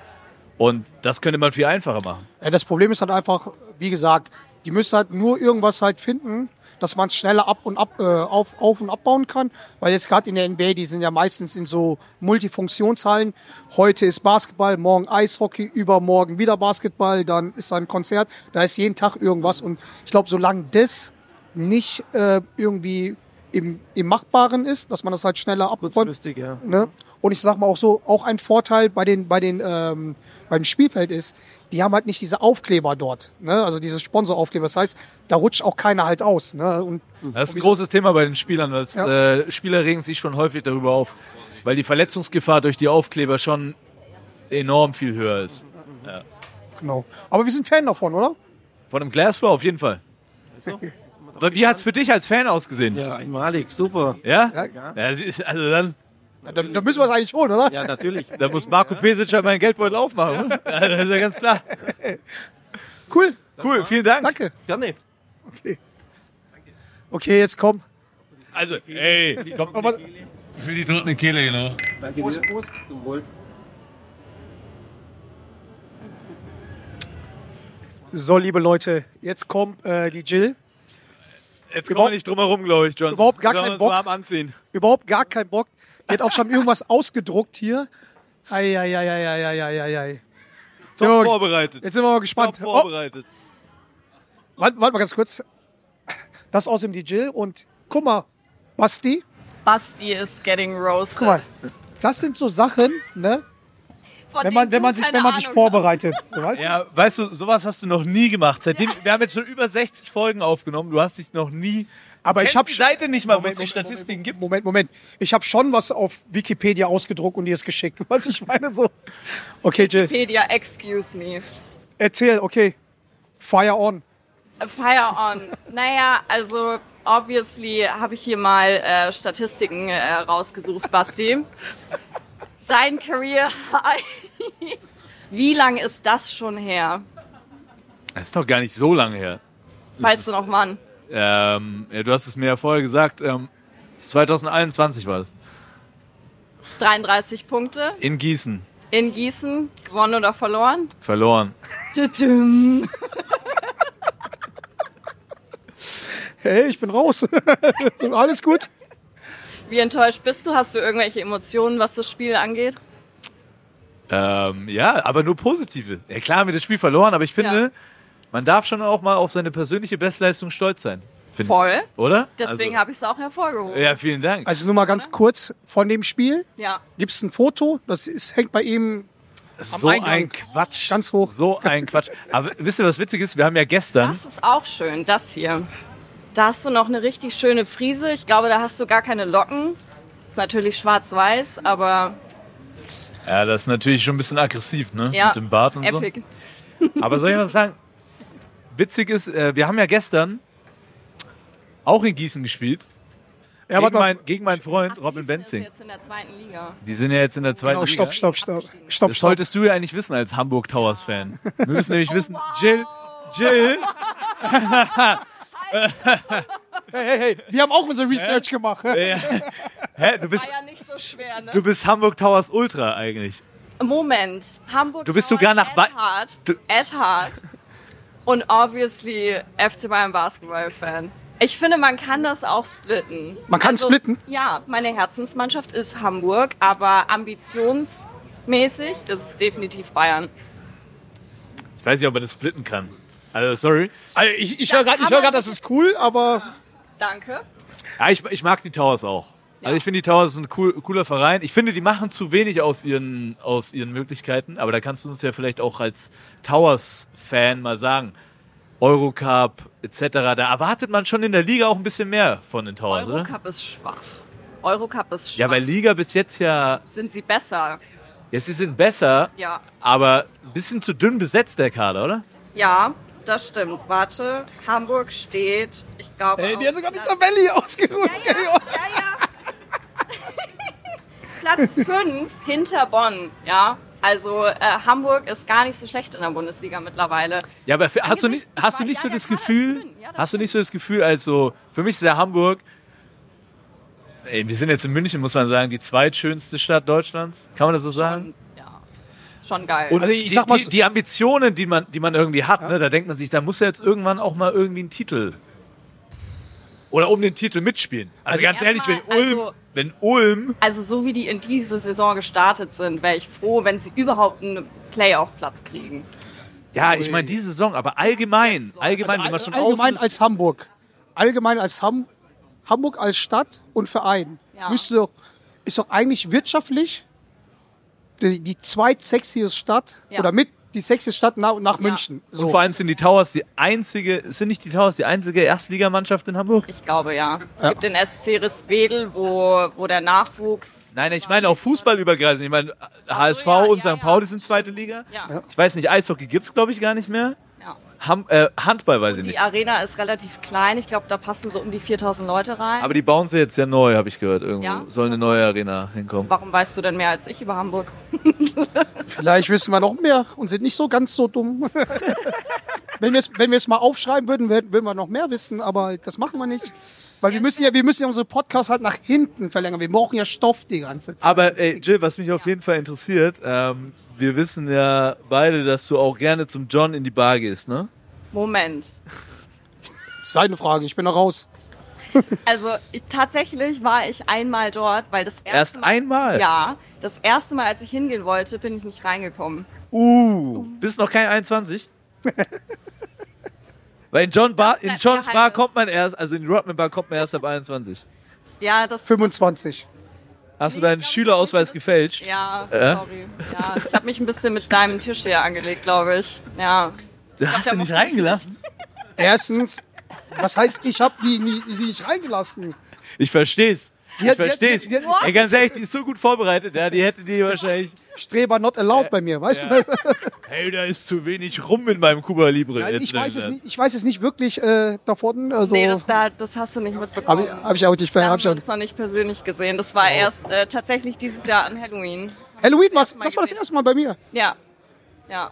S3: Und das könnte man viel einfacher machen.
S2: Ja, das Problem ist halt einfach, wie gesagt, die müssen halt nur irgendwas halt finden, dass man es schneller ab und ab, äh, auf, auf und abbauen kann. Weil jetzt gerade in der NBA, die sind ja meistens in so Multifunktionshallen. Heute ist Basketball, morgen Eishockey, übermorgen wieder Basketball, dann ist ein Konzert. Da ist jeden Tag irgendwas. Und ich glaube, solange das nicht äh, irgendwie im, im Machbaren ist, dass man das halt schneller abräumt,
S9: Kurzfristig, ja.
S2: Ne? Und ich sag mal auch so, auch ein Vorteil bei den, bei den, ähm, beim Spielfeld ist, die haben halt nicht diese Aufkleber dort, ne? also diese Sponsoraufkleber. Das heißt, da rutscht auch keiner halt aus. Ne? Und
S3: Das ist ein großes Thema bei den Spielern. Als,
S2: Ja.
S3: äh, Spieler regen sich schon häufig darüber auf, weil die Verletzungsgefahr durch die Aufkleber schon enorm viel höher ist.
S2: genau. Aber wir sind Fan davon, oder?
S3: Von einem Glassfloor auf jeden Fall. Aber Wie hat es für dich als Fan ausgesehen?
S9: Also? Ja, einmalig, super.
S3: Ja?
S9: ja.
S3: Ja, sie ist- also dann,
S2: Da, da müssen wir es eigentlich holen, oder?
S9: Ja, natürlich.
S3: da muss Marco Pesic ja meinen Geldbeutel aufmachen. oder? Also, das ist ja ganz klar.
S2: Cool,
S3: Cool, vielen Dank.
S2: danke.
S9: Gerne.
S2: Okay, jetzt komm.
S3: Also, ey, komm, komm mal. Für die drückende Kehle, genau.
S2: So, liebe Leute, jetzt kommt äh, die Jill.
S3: Jetzt kommen wir nicht drum herum, glaube ich, John.
S2: Überhaupt gar
S3: Sollen wir
S2: keinen
S3: uns
S2: Bock.
S3: warm anziehen.
S2: Überhaupt gar keinen Bock. Die hat auch schon irgendwas ausgedruckt hier. Eieieiei.
S3: Top
S2: So,
S3: vorbereitet.
S2: jetzt sind wir mal
S3: Top
S2: gespannt. Oh,
S3: vorbereitet.
S2: Warte, warte mal ganz kurz. Das aus dem DJ und guck mal, Basti,
S7: Basti is getting roasted.
S2: guck mal. Das sind so Sachen, ne?
S7: Von
S2: Wenn man,
S7: denen
S2: wenn man
S7: du
S2: sich,
S7: keine
S2: wenn man sich
S7: Ahnung
S2: vorbereitet. So, weißt du?
S3: Ja, weißt du, sowas hast du noch nie gemacht. Seitdem, wir haben jetzt schon über 60 Folgen aufgenommen. Du hast dich noch nie.
S2: Aber ich
S3: Kennst
S2: hab
S3: die
S2: schon-
S3: Seite nicht mal, wo
S2: Moment,
S3: es die
S2: Moment,
S3: Statistiken gibt.
S2: Moment, Moment. Ich habe schon was auf Wikipedia ausgedruckt und dir es geschickt. Was ich meine so. Okay, Jill,
S7: Wikipedia, excuse me.
S2: erzähl, okay. Fire on.
S7: Fire on. Naja, also obviously habe ich hier mal äh, Statistiken äh, rausgesucht, Basti. Dein Career High. Wie lang ist das schon her?
S3: Das ist doch gar nicht so lange her.
S7: Weißt du noch, Mann?
S3: Ähm, ja, du hast es mir ja vorher gesagt. Ähm, 2021 war das.
S7: 33 Punkte
S3: In Gießen.
S7: in Gießen, gewonnen oder verloren?
S3: Verloren.
S7: Tütüm.
S2: Hey, ich bin raus. so, alles gut?
S7: Wie enttäuscht bist du? Hast du irgendwelche Emotionen, was das Spiel angeht?
S3: Ähm, ja, aber nur positive. Ja, klar haben wir das Spiel verloren, aber ich finde,
S7: Ja.
S3: man darf schon auch mal auf seine persönliche Bestleistung stolz sein. Find
S7: Voll.
S3: Ich. Oder?
S7: Deswegen habe ich es auch hervorgehoben.
S3: also, Ja, vielen Dank.
S2: Also nur mal ganz kurz von dem Spiel.
S7: ja.
S2: Gibt es ein Foto? Das ist, hängt bei ihm
S3: so
S2: Eingang.
S3: ein Quatsch.
S2: Ganz hoch.
S3: So ein Quatsch. Aber wisst ihr, was witzig ist? Wir haben ja gestern.
S7: Das ist auch schön, das hier. Da hast du noch eine richtig schöne Frise. Ich glaube, da hast du gar keine Locken. Ist natürlich schwarz-weiß, aber
S3: Ja, das ist natürlich schon ein bisschen aggressiv, ne?
S7: ja.
S3: Mit dem Bart und so.
S7: epic.
S3: Aber soll ich was sagen? Witzig ist, äh, wir haben ja gestern auch in Gießen gespielt.
S2: Ja,
S3: gegen,
S2: warte mal.
S3: mein, gegen meinen Freund Robin
S7: Gießen ist
S3: Benzing.
S7: jetzt in der zweiten Liga.
S3: Die sind ja jetzt in der zweiten
S2: Genau,
S3: Liga.
S2: stopp, stopp, stopp. Stopp,
S3: Das
S2: stopp.
S3: solltest du ja eigentlich wissen als Hamburg Towers Fan. Wir müssen
S7: Oh,
S3: nämlich wissen, Jill, Jill,
S2: Hey, hey, wir haben auch unsere Research gemacht.
S3: hä, du
S7: War
S3: bist,
S7: ja nicht so schwer, ne?
S3: du bist Hamburg Towers Ultra eigentlich.
S7: Moment, Hamburg.
S3: Du bist
S7: Towers,
S3: sogar nach Ba-
S7: Etihad,
S3: Du-
S7: Etihad und obviously FC Bayern Basketball Fan. Ich finde, man kann das auch splitten. Also,
S2: Man kann splitten?
S7: Ja, meine Herzensmannschaft ist Hamburg, aber ambitionsmäßig ist es definitiv Bayern.
S3: Ich weiß nicht, ob man das splitten kann. Also, sorry.
S2: Also ich ich höre gerade,
S7: kann man
S2: das ist cool, aber
S7: Danke.
S3: Ja, ich, ich mag die Towers auch. Also ich finde die Towers sind ein cool, cooler Verein. Ich finde, die machen zu wenig aus ihren, aus ihren Möglichkeiten. Aber da kannst du uns ja vielleicht auch als Towers-Fan mal sagen. Eurocup etc. Da erwartet man schon in der Liga auch ein bisschen mehr von den Towers, oder?
S7: Eurocup ist schwach. Eurocup ist schwach.
S3: Ja, bei Liga bis jetzt ja.
S7: Sind sie besser?
S3: Ja, sie sind besser,
S7: Ja.
S3: aber ein bisschen zu dünn besetzt der Kader, oder?
S7: Ja, das stimmt. Warte, Hamburg steht, ich glaube.
S2: Ey, die
S7: auf
S2: hat sogar die
S7: Platz-
S2: Tabelle hier ausgeruht.
S7: Ja, ja. Platz 5 hinter Bonn, ja. Also äh, Hamburg ist gar nicht so schlecht in der Bundesliga mittlerweile.
S3: Ja, aber für, hast du
S7: Angesichts-
S3: nicht, hast du
S7: Ja,
S3: nicht so
S7: der
S3: das
S7: Kader ist
S3: Gefühl,
S7: dünn. Ja, das
S3: hast du nicht so das Gefühl, als so, für mich ist ja Hamburg, ey, wir sind jetzt in München, muss man sagen, die zweitschönste Stadt Deutschlands, kann man das so sagen?
S7: Schon, Ähm, ja, schon geil.
S3: Und
S2: Also ich
S3: die,
S2: sag mal
S3: die,
S2: so-
S3: die Ambitionen, die man, die man irgendwie hat, ne, da denkt man sich, da muss ja jetzt irgendwann auch mal irgendwie ein Titel oder um den Titel mitspielen. Also, ganz ehrlich, wenn
S7: erstmal,
S3: Ulm,
S7: also-
S3: wenn Ulm,
S7: also so wie die in diese Saison gestartet sind, wäre ich froh, wenn sie überhaupt einen Playoff-Platz kriegen.
S3: ja, ich meine die Saison, aber allgemein,
S7: also
S3: allgemein, wenn man schon
S2: also Allgemein
S3: außen ist,
S2: als Hamburg. Allgemein als Ham Hamburg als Stadt und Verein.
S7: Ja.
S2: Müsste doch, ist doch eigentlich wirtschaftlich die, die zweitsexieste Stadt
S7: Ja.
S2: oder mit die sexieste Stadt nach, nach München. So.
S3: und vor allem sind die Towers die einzige, sind nicht die Towers die einzige Erstligamannschaft in Hamburg?
S7: Ich glaube ja. Es gibt den SC Risswedel, wo, wo der Nachwuchs.
S3: Nein, nein, ich meine auch fußballübergreifend. Ich meine, HSV
S7: ja,
S3: und
S7: ja,
S3: St.
S7: ja.
S3: Pauli sind zweite Liga.
S7: Ja,
S3: Ich weiß nicht, Eishockey gibt's glaube ich, gar nicht mehr.
S7: ja.
S3: Ham äh, Handball weiß ich
S7: Die
S3: nicht.
S7: Arena ist relativ klein. Ich glaube, da passen so um die 4000 Leute rein.
S3: Aber die bauen sie jetzt ja neu, habe ich gehört. Irgendwo
S7: Ja?
S3: soll eine neue Arena hinkommen.
S7: Warum weißt du denn mehr als ich über Hamburg?
S2: Vielleicht wissen wir noch mehr und sind nicht so ganz so dumm. wenn wir es wenn wir's mal aufschreiben würden, wär- würden wir noch mehr wissen, aber das machen wir nicht. Weil wir müssen ja, wir müssen ja unsere Podcast halt nach hinten verlängern. Wir brauchen ja Stoff die ganze Zeit.
S3: Aber ey, Jill, was mich auf jeden Fall interessiert, ähm, wir wissen ja beide, dass du auch gerne zum John in die Bar gehst, ne?
S7: Moment.
S2: Das ist Ah, seine Frage, ich bin da raus.
S7: Also ich, tatsächlich war ich einmal dort, weil das erste
S3: Erst
S7: Mal,
S3: einmal?
S7: Ja, das erste Mal, als ich hingehen wollte, bin ich nicht reingekommen.
S3: Uh, bist noch kein 21? Weil in John Bar, in
S7: bleibt
S3: Johns Bar
S7: geheim.
S3: kommt man erst, also in Rodman Bar kommt man erst ab 21.
S7: Ja, das.
S2: 25.
S3: Hast du deinen Schülerausweis gefälscht?
S7: ja,
S2: Äh?
S7: sorry. Ja, ich habe mich ein bisschen mit deinem Tisch hier angelegt, glaube ich. Ja.
S3: Hast
S7: der
S3: du nicht
S7: mochte-
S3: reingelassen?
S2: Erstens, was heißt, ich habe die, nie- sie nicht reingelassen.
S3: Ich versteh's. Ich
S2: hat- die hat-
S3: versteh's.
S2: die hat-
S3: Ey, ganz ehrlich, die ist so gut vorbereitet, ja, die hätte die wahrscheinlich.
S2: Streber not
S3: Äh,
S2: allowed bei mir, weißt du?
S3: Hey, da ist zu wenig rum in meinem Cuba Libre.
S2: Also ich,
S3: Jetzt
S2: weiß es
S3: langsam.
S2: nicht, ich weiß es nicht wirklich äh, davon. Also,
S7: Nee, das, da, das hast du nicht
S2: habe
S7: mitbekommen.
S2: ich, hab ich auch nicht.
S7: da
S2: Hab
S7: haben
S2: ich
S7: wir
S2: auch nicht.
S7: uns noch nicht persönlich gesehen. Das war erst äh, tatsächlich dieses Jahr an Halloween.
S2: Halloween, war's,
S7: erste Mal
S2: das war das
S7: gesehen.
S2: erste Mal bei mir.
S7: Ja. Ja.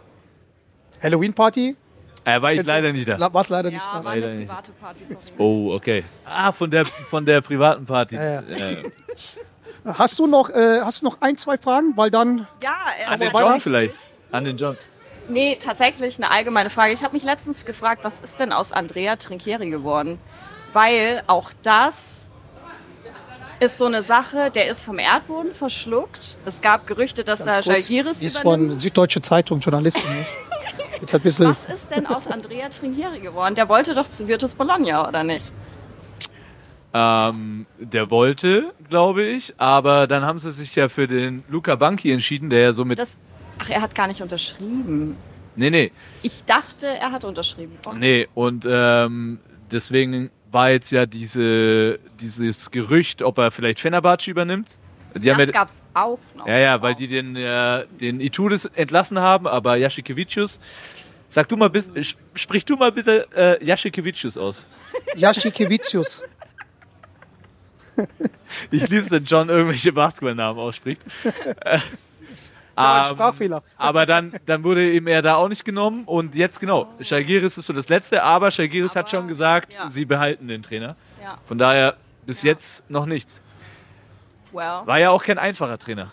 S2: Halloween-Party?
S3: Äh, war ich leider nicht da.
S2: War es leider nicht.
S7: Ja,
S2: da.
S7: war eine
S3: Leider nicht.
S7: private Party. Sorry.
S3: Oh, okay. Ah, von der, von der privaten Party.
S2: Ja,
S3: Äh,
S2: Hast du noch, äh, hast du noch ein, zwei Fragen? Weil dann,
S7: Ja, äh,
S3: an den
S2: Aber
S3: John
S2: weiter-
S3: vielleicht. An den John.
S7: Nee, tatsächlich eine allgemeine Frage. Ich habe mich letztens gefragt, was ist denn aus Andrea Trinchieri geworden? Weil auch das ist so eine Sache, der ist vom Erdboden verschluckt. Es gab Gerüchte, dass er Jalgiris
S2: die ist
S7: übernimmt.
S2: von Süddeutsche Zeitung, Journalistin. ne? Jetzt hat ein bisschen,
S7: Was ist denn aus Andrea Trinchieri geworden? Der wollte doch zu Virtus Bologna, oder nicht?
S3: Ähm, der wollte, glaube ich, aber dann haben sie sich ja für den Luca Banki entschieden, der ja so mit.
S7: Das, ach, er hat gar nicht unterschrieben.
S3: Nee, nee.
S7: Ich dachte, er hat unterschrieben.
S3: Nee, und ähm, deswegen war jetzt ja diese, dieses Gerücht, ob er vielleicht Fenerbahce übernimmt. Die haben
S7: Das
S3: ja,
S7: gab's auch noch.
S3: ja, ja, weil
S7: Wow.
S3: die den, äh, den Itudes entlassen haben, aber Jaschikewicius. Sag du mal, bis, äh, sp- sprich du mal bitte äh, Jaschikewicius aus.
S2: Jaschikewicius.
S3: Ich lieb's, wenn John irgendwelche Basketballnamen ausspricht.
S2: Ein
S3: Ähm,
S2: Sprachfehler.
S3: Aber dann, dann wurde eben er da auch nicht genommen. Und jetzt genau, Schalgiris ist so das Letzte, aber Schalgiris hat
S7: Aber,
S3: schon gesagt,
S7: ja.
S3: sie behalten den Trainer.
S7: Ja.
S3: Von daher bis jetzt noch nichts.
S7: Well,
S3: War ja auch kein einfacher Trainer.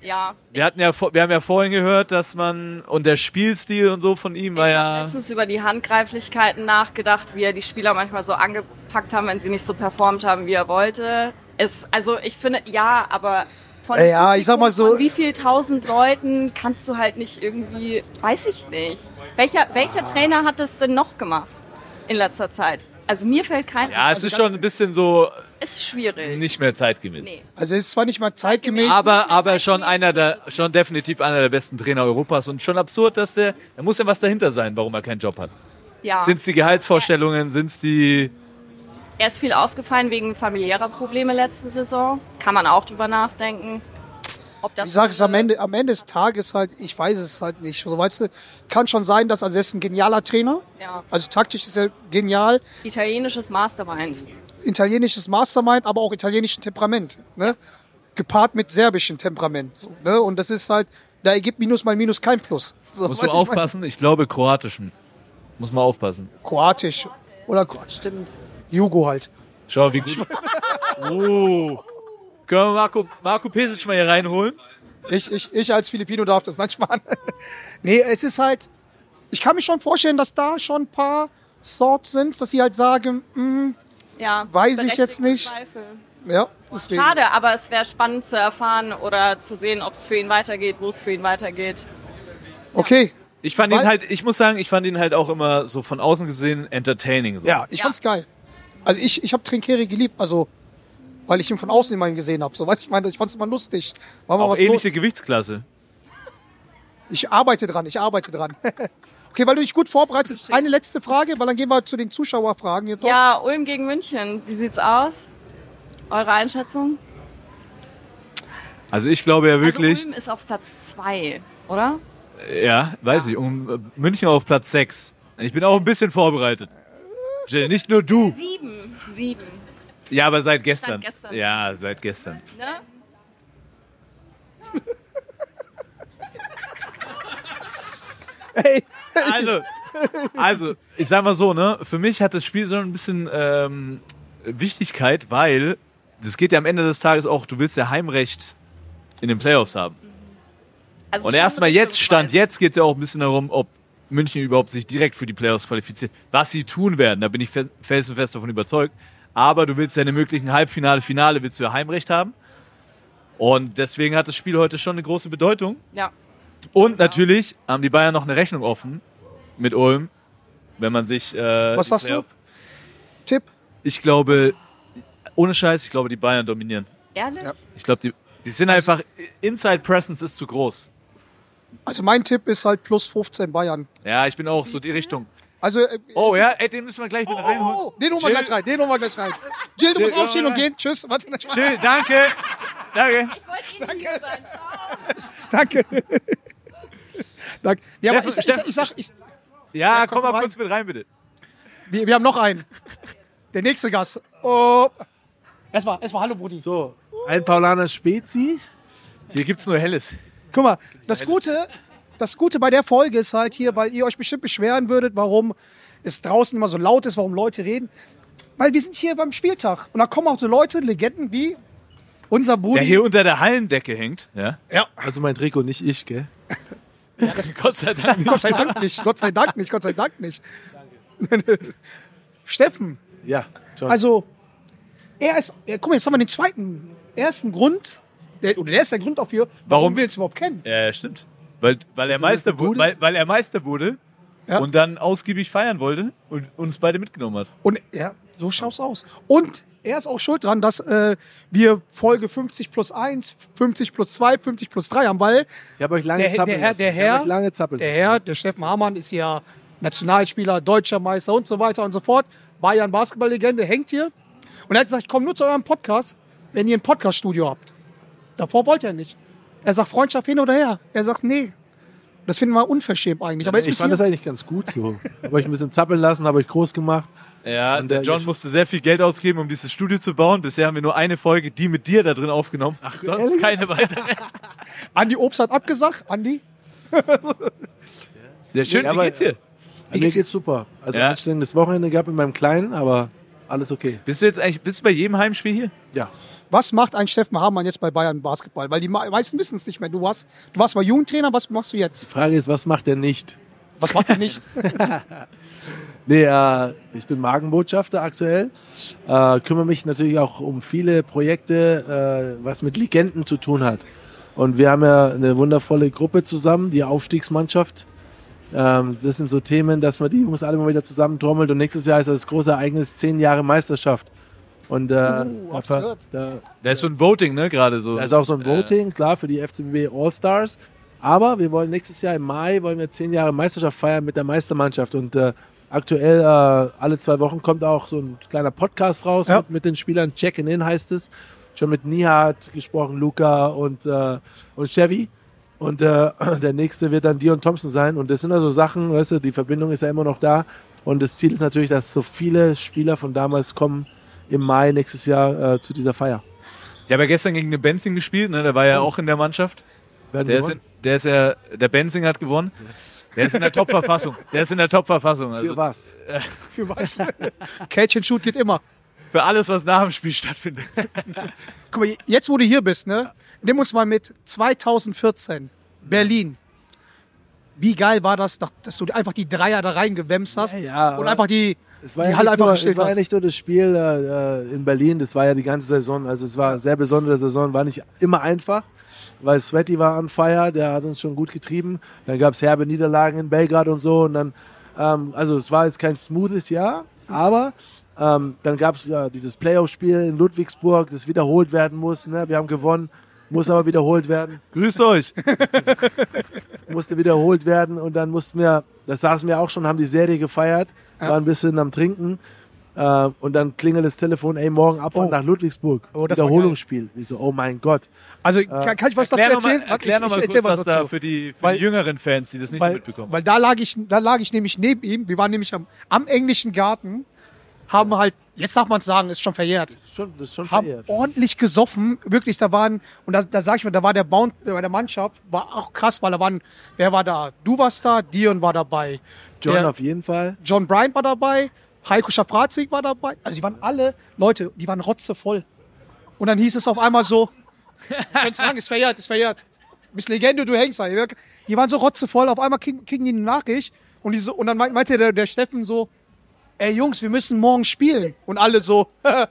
S7: ja.
S3: Wir hatten ja, vor- wir haben ja vorhin gehört, dass man und der Spielstil und so von ihm war ja.
S7: letztens über die Handgreiflichkeiten nachgedacht, wie er die Spieler manchmal so angepackt haben, wenn sie nicht so performt haben, wie er wollte. Ist, also ich finde, ja, aber von,
S2: Äh, ja, ich sag mal so-
S7: von wie viel tausend Leuten kannst du halt nicht irgendwie, weiß ich nicht. Welcher, welcher Trainer hat das denn noch gemacht in letzter Zeit? Also mir fällt kein,
S3: Ja, es ist schon ein bisschen so äh,
S7: ist schwierig.
S3: nicht mehr zeitgemäß.
S7: Nee.
S2: Also es ist zwar nicht mal zeitgemäß.
S3: Aber, aber schon einer der, schon definitiv einer der besten Trainer Europas und schon absurd, dass der, da muss ja was dahinter sein, warum er keinen Job hat.
S7: Ja.
S3: Sind es die Gehaltsvorstellungen, sind es die,
S7: Er ist viel ausgefallen wegen familiärer Probleme letzte Saison. Kann man auch drüber nachdenken. Ob das
S2: Ich sage es am Ende, am Ende des Tages halt, ich weiß es halt nicht. So, weißt du, kann schon sein, dass also er ist ein genialer Trainer.
S7: Ja.
S2: Also taktisch ist er genial,
S7: Italienisches Mastermind.
S2: italienisches Mastermind, aber auch italienischen Temperament. Ne? Gepaart mit serbischem Temperament. So, ne? Und das ist halt, da ergibt Minus mal Minus kein Plus. So,
S3: musst
S2: weißt du,
S3: du
S2: ich meine,
S3: aufpassen, ich glaube kroatischen. Muss man aufpassen.
S2: Kroatisch oder Kroatisch. Stimmt. Jugo halt.
S3: Schau, wie gut. oh. Können wir Marco, Marco Pesic mal hier reinholen?
S2: Ich, ich, ich als Filipino darf das nicht machen. nee, es ist halt, ich kann mir schon vorstellen, dass da schon ein paar Thoughts sind, dass sie halt sagen, mm,
S7: Ja,
S2: Weiß ich jetzt
S7: berechtigte
S2: nicht.
S7: Zweifel.
S2: ja, deswegen.
S7: Schade, aber es wäre spannend zu erfahren oder zu sehen, ob es für ihn weitergeht, wo es für ihn weitergeht.
S2: Okay,
S3: Ich fand ihn
S2: Weil-
S3: halt, ich muss sagen, ich fand ihn halt auch immer so von außen gesehen entertaining. So.
S2: ja, ich
S7: Ja.
S2: fand's geil. Also ich, ich habe Trinkeri geliebt, also weil ich ihn von außen immerhin gesehen habe. So, weißt du, ich meine, ich fand's immer lustig. War mal
S3: Auch
S2: was
S3: ähnliche
S2: los.
S3: Gewichtsklasse.
S2: Ich arbeite dran, ich arbeite dran. okay, weil du dich gut vorbereitet hast. Eine letzte Frage, weil dann gehen wir zu den Zuschauerfragen jetzt noch.
S7: Ja, Ulm gegen München. Wie sieht's aus? Eure Einschätzung?
S3: Also ich glaube ja wirklich,
S2: um
S7: Also Ulm ist auf Platz zwei, oder?
S3: ja, weiß ich, um äh, München auf Platz 6. Ich bin auch ein bisschen vorbereitet. Jill, nicht nur du.
S7: Sieben. Sieben.
S3: Ja, aber seit gestern.
S7: Seit gestern.
S3: Ja, seit gestern.
S7: Ne?
S2: Hey,
S3: Also, also, ich sag mal so, ne? Für mich hat das Spiel so ein bisschen ähm, Wichtigkeit, weil das geht ja am Ende des Tages auch, du willst ja Heimrecht in den Playoffs haben.
S7: Also
S3: Und
S7: schon
S3: erstmal jetzt, Stand
S7: richtungsweisend.
S3: jetzt, geht's ja auch ein bisschen darum, ob München überhaupt sich direkt für die Playoffs qualifiziert. Was sie tun werden, da bin ich fe- felsenfest davon überzeugt. Aber du willst ja in einem möglichen Halbfinale, Finale, willst du ja Heimrecht haben. Und deswegen hat das Spiel heute schon eine große Bedeutung.
S7: Ja.
S3: Und natürlich haben die Bayern noch eine Rechnung offen mit Ulm, wenn man sich. Äh,
S2: Was
S3: die
S2: sagst du?
S3: Playoff-
S2: Tipp?
S3: Ich glaube, ohne Scheiß, ich glaube, die Bayern dominieren.
S7: Ehrlich?
S3: Ich glaube, die, die sind einfach. Inside Presence ist zu groß.
S2: Also mein Tipp ist halt plus 15 Bayern.
S3: Ja, ich bin auch so die Richtung.
S2: Also äh,
S3: Oh ja, ey, den müssen wir gleich mit reinholen.
S2: Oh, den holen wir
S3: Jill-
S2: gleich rein, den holen wir gleich rein. Jill, du musst
S3: Jill,
S2: aufstehen und
S3: rein.
S2: gehen. Tschüss. Warte,
S3: Jill, danke. Danke.
S7: Ich wollte eh nicht hier sein. Ciao.
S2: danke. Danke. Ja, aber ich,
S3: Steffen-
S2: ich, ich, ich sag, ich,
S3: Ja,
S2: Ja, komm
S3: komm mal
S2: rein.
S3: kurz mit rein, bitte.
S2: wir, wir haben noch einen. Der nächste Gast. Oh. Erstmal, erstmal Hallo, Brudi.
S9: So, ein Paulaner Spezi.
S3: Hier gibt's nur Helles.
S2: Guck mal, das Gute, das Gute bei der Folge ist halt hier, weil ihr euch bestimmt beschweren würdet, warum es draußen immer so laut ist, warum Leute reden. Weil wir sind hier beim Spieltag. Und da kommen auch so Leute, Legenden wie unser
S3: Der
S2: Brudi.
S3: hier unter der Hallendecke hängt. Ja.
S9: Also mein Trikot, nicht ich, gell?
S3: Gott sei Dank.
S2: Gott sei Dank nicht, Gott sei Dank nicht, Gott sei Dank nicht. Steffen,
S9: Ja, John.
S2: also er ist, ja, guck mal, jetzt haben wir den zweiten, ersten Grund, der, oder der ist der Grund dafür, warum,
S3: Warum?
S2: wir uns überhaupt kennen.
S3: Ja, stimmt. Weil, weil, er
S9: das
S3: Meister
S9: so
S3: wurde,
S9: gut
S3: weil,
S9: ist?
S3: weil er Meister wurde
S2: Ja.
S3: und dann ausgiebig feiern wollte und uns beide mitgenommen hat.
S2: Und ja, so schaut's aus. Und er ist auch schuld dran, dass äh, wir Folge 50 plus 1, 50 plus 2, 50 plus 3 haben, weil
S9: ich habe euch lange
S2: der- der
S9: zappeln
S2: Herr-
S9: lassen.
S2: der
S9: ich habe
S2: Herr-
S9: euch lange zappeln
S2: der Herr, der Steffen Hamann, ist ja Nationalspieler, deutscher Meister und so weiter und so fort. Bayern Basketballlegende, hängt hier. Und er hat gesagt, ich komme nur zu eurem Podcast, wenn ihr ein Podcaststudio habt. Davor wollte er nicht. Er sagt, Freundschaft hin oder her. Er sagt, nee. Das finden wir unverschämt eigentlich. Aber ist
S4: ich fand das
S2: bisschen,
S4: eigentlich ganz gut so. Habe ich ein bisschen zappeln lassen, habe ich groß gemacht.
S3: Ja,
S4: Und
S3: der
S4: der-
S3: John musste sehr viel Geld ausgeben, um dieses Studio zu bauen. Bisher haben wir nur eine Folge, die mit dir da drin aufgenommen. Ach, sonst keine weitere.
S2: Andi Obst hat abgesagt. Andi?
S3: Ja, schön,
S4: Nee, aber-
S3: wie geht's dir?
S4: Mir geht's super. Also
S3: Ja.
S4: anstrengendes Wochenende gab in meinem Kleinen, aber alles okay.
S3: Bist du jetzt eigentlich bist du bei jedem Heimspiel hier?
S4: Ja.
S2: Was macht ein Steffen Hamann jetzt bei Bayern Basketball? Weil die me- meisten wissen es nicht mehr. Du warst, du warst mal Jugendtrainer, was machst du jetzt?
S4: Frage ist, was macht er nicht?
S2: Was macht er nicht?
S4: Nee, äh, ich bin Magenbotschafter aktuell. Äh, kümmere mich natürlich auch um viele Projekte, äh, was mit Legenden zu tun hat. Und wir haben ja eine wundervolle Gruppe zusammen, die Aufstiegsmannschaft. Ähm, das sind so Themen, dass man die Jungs alle mal wieder zusammentrommelt. Und nächstes Jahr ist das große Ereignis 10 Jahre Meisterschaft. Und äh, da
S2: hab's
S4: ver-
S2: gehört.
S4: da,
S3: Da ist so ein Voting, ne, gerade so.
S4: da ist auch so ein Voting, klar, für die FCB All-Stars. Aber wir wollen nächstes Jahr im Mai, wollen wir zehn Jahre Meisterschaft feiern mit der Meistermannschaft. Und äh, aktuell, äh, alle zwei Wochen kommt auch so ein kleiner Podcast raus
S2: Ja.
S4: mit, mit den Spielern. Check-in in heißt es. Schon mit Nihat gesprochen, Luca und, äh, und Chevy. Und äh, der nächste wird dann Dion Thompson sein. Und das sind also Sachen, weißt du, die Verbindung ist ja immer noch da. Und das Ziel ist natürlich, dass so viele Spieler von damals kommen im Mai nächstes Jahr äh, zu dieser Feier.
S3: Ich habe ja gestern gegen den Benzing gespielt, ne? Der war ja auch in der Mannschaft.
S4: Werden
S3: Der ist,
S4: gewonnen.
S3: in, der ist ja, der Benzing hat gewonnen. Der ist in der Top-Verfassung. Der ist in der Top-Verfassung.
S4: Für
S3: Also
S4: was?
S2: Für was? Catch and Shoot geht immer.
S3: für alles, was nach dem Spiel stattfindet.
S2: Guck mal, jetzt wo du hier bist, ne? Nimm uns mal mit 2014, Berlin. Wie geil war das, doch, dass du einfach die Dreier da reingewämst hast
S4: Ja, ja,
S2: und
S4: aber
S2: einfach die,
S4: Es
S2: die
S4: war, ja
S2: Halle
S4: nicht,
S2: einfach
S4: nur,
S2: gestellt
S4: es war ja
S2: hast.
S4: nicht nur das Spiel äh, äh, in Berlin, das war ja die ganze Saison. Also es war eine sehr besondere Saison, war nicht immer einfach, weil Sweaty war on fire, der hat uns schon gut getrieben. Dann gab es herbe Niederlagen in Belgrad und so. Und dann, ähm, also es war jetzt kein smoothes Jahr, aber ähm, dann gab es ja dieses Playoff-Spiel in Ludwigsburg, das wiederholt werden muss. Ne? Wir haben gewonnen, muss aber wiederholt werden
S3: Grüßt euch.
S4: musste wiederholt werden und dann mussten wir, das saßen wir auch schon, haben die Serie gefeiert, waren ein bisschen am Trinken äh, und dann klingelt das Telefon, ey, morgen Abfahrt nach Ludwigsburg,
S2: Oh, das war
S4: Wiederholungsspiel. Ich so, oh mein Gott.
S2: Also kann, kann ich was dazu
S3: Äh, Erklär nochmal
S2: erzählen? Warte,
S3: erklär noch mal kurz
S2: erzähl
S3: was da
S2: dazu.
S3: für die, für
S2: Weil-
S3: die jüngeren Fans, die das nicht so
S2: weil,
S3: mitbekommen.
S2: weil da lag ich, da lag ich nämlich neben ihm. Wir waren nämlich am, am englischen Garten, haben halt, jetzt darf man es sagen, ist schon verjährt.
S4: Schon, das ist schon
S2: haben
S4: verehrt.
S2: ordentlich gesoffen. Wirklich, da waren, und da, da sag ich mal, da war der Bound bei der Mannschaft, war auch krass, weil da waren, wer war da? Du warst da, Dion war dabei.
S4: John
S2: der,
S4: auf jeden Fall.
S2: John Bryant war dabei, Heiko Schafrazig war dabei. Also die waren alle, Leute, die waren rotzevoll. Und dann hieß es auf einmal so, könntest sagen, ist verjährt, ist verjährt. Bist Legende, du hängst da. Die waren so rotzevoll, auf einmal kriegen, kriegen die eine Nachricht. Und, die so, und dann meint- meinte der, der Steffen so, ey Jungs, wir müssen morgen spielen. Und alle so, alle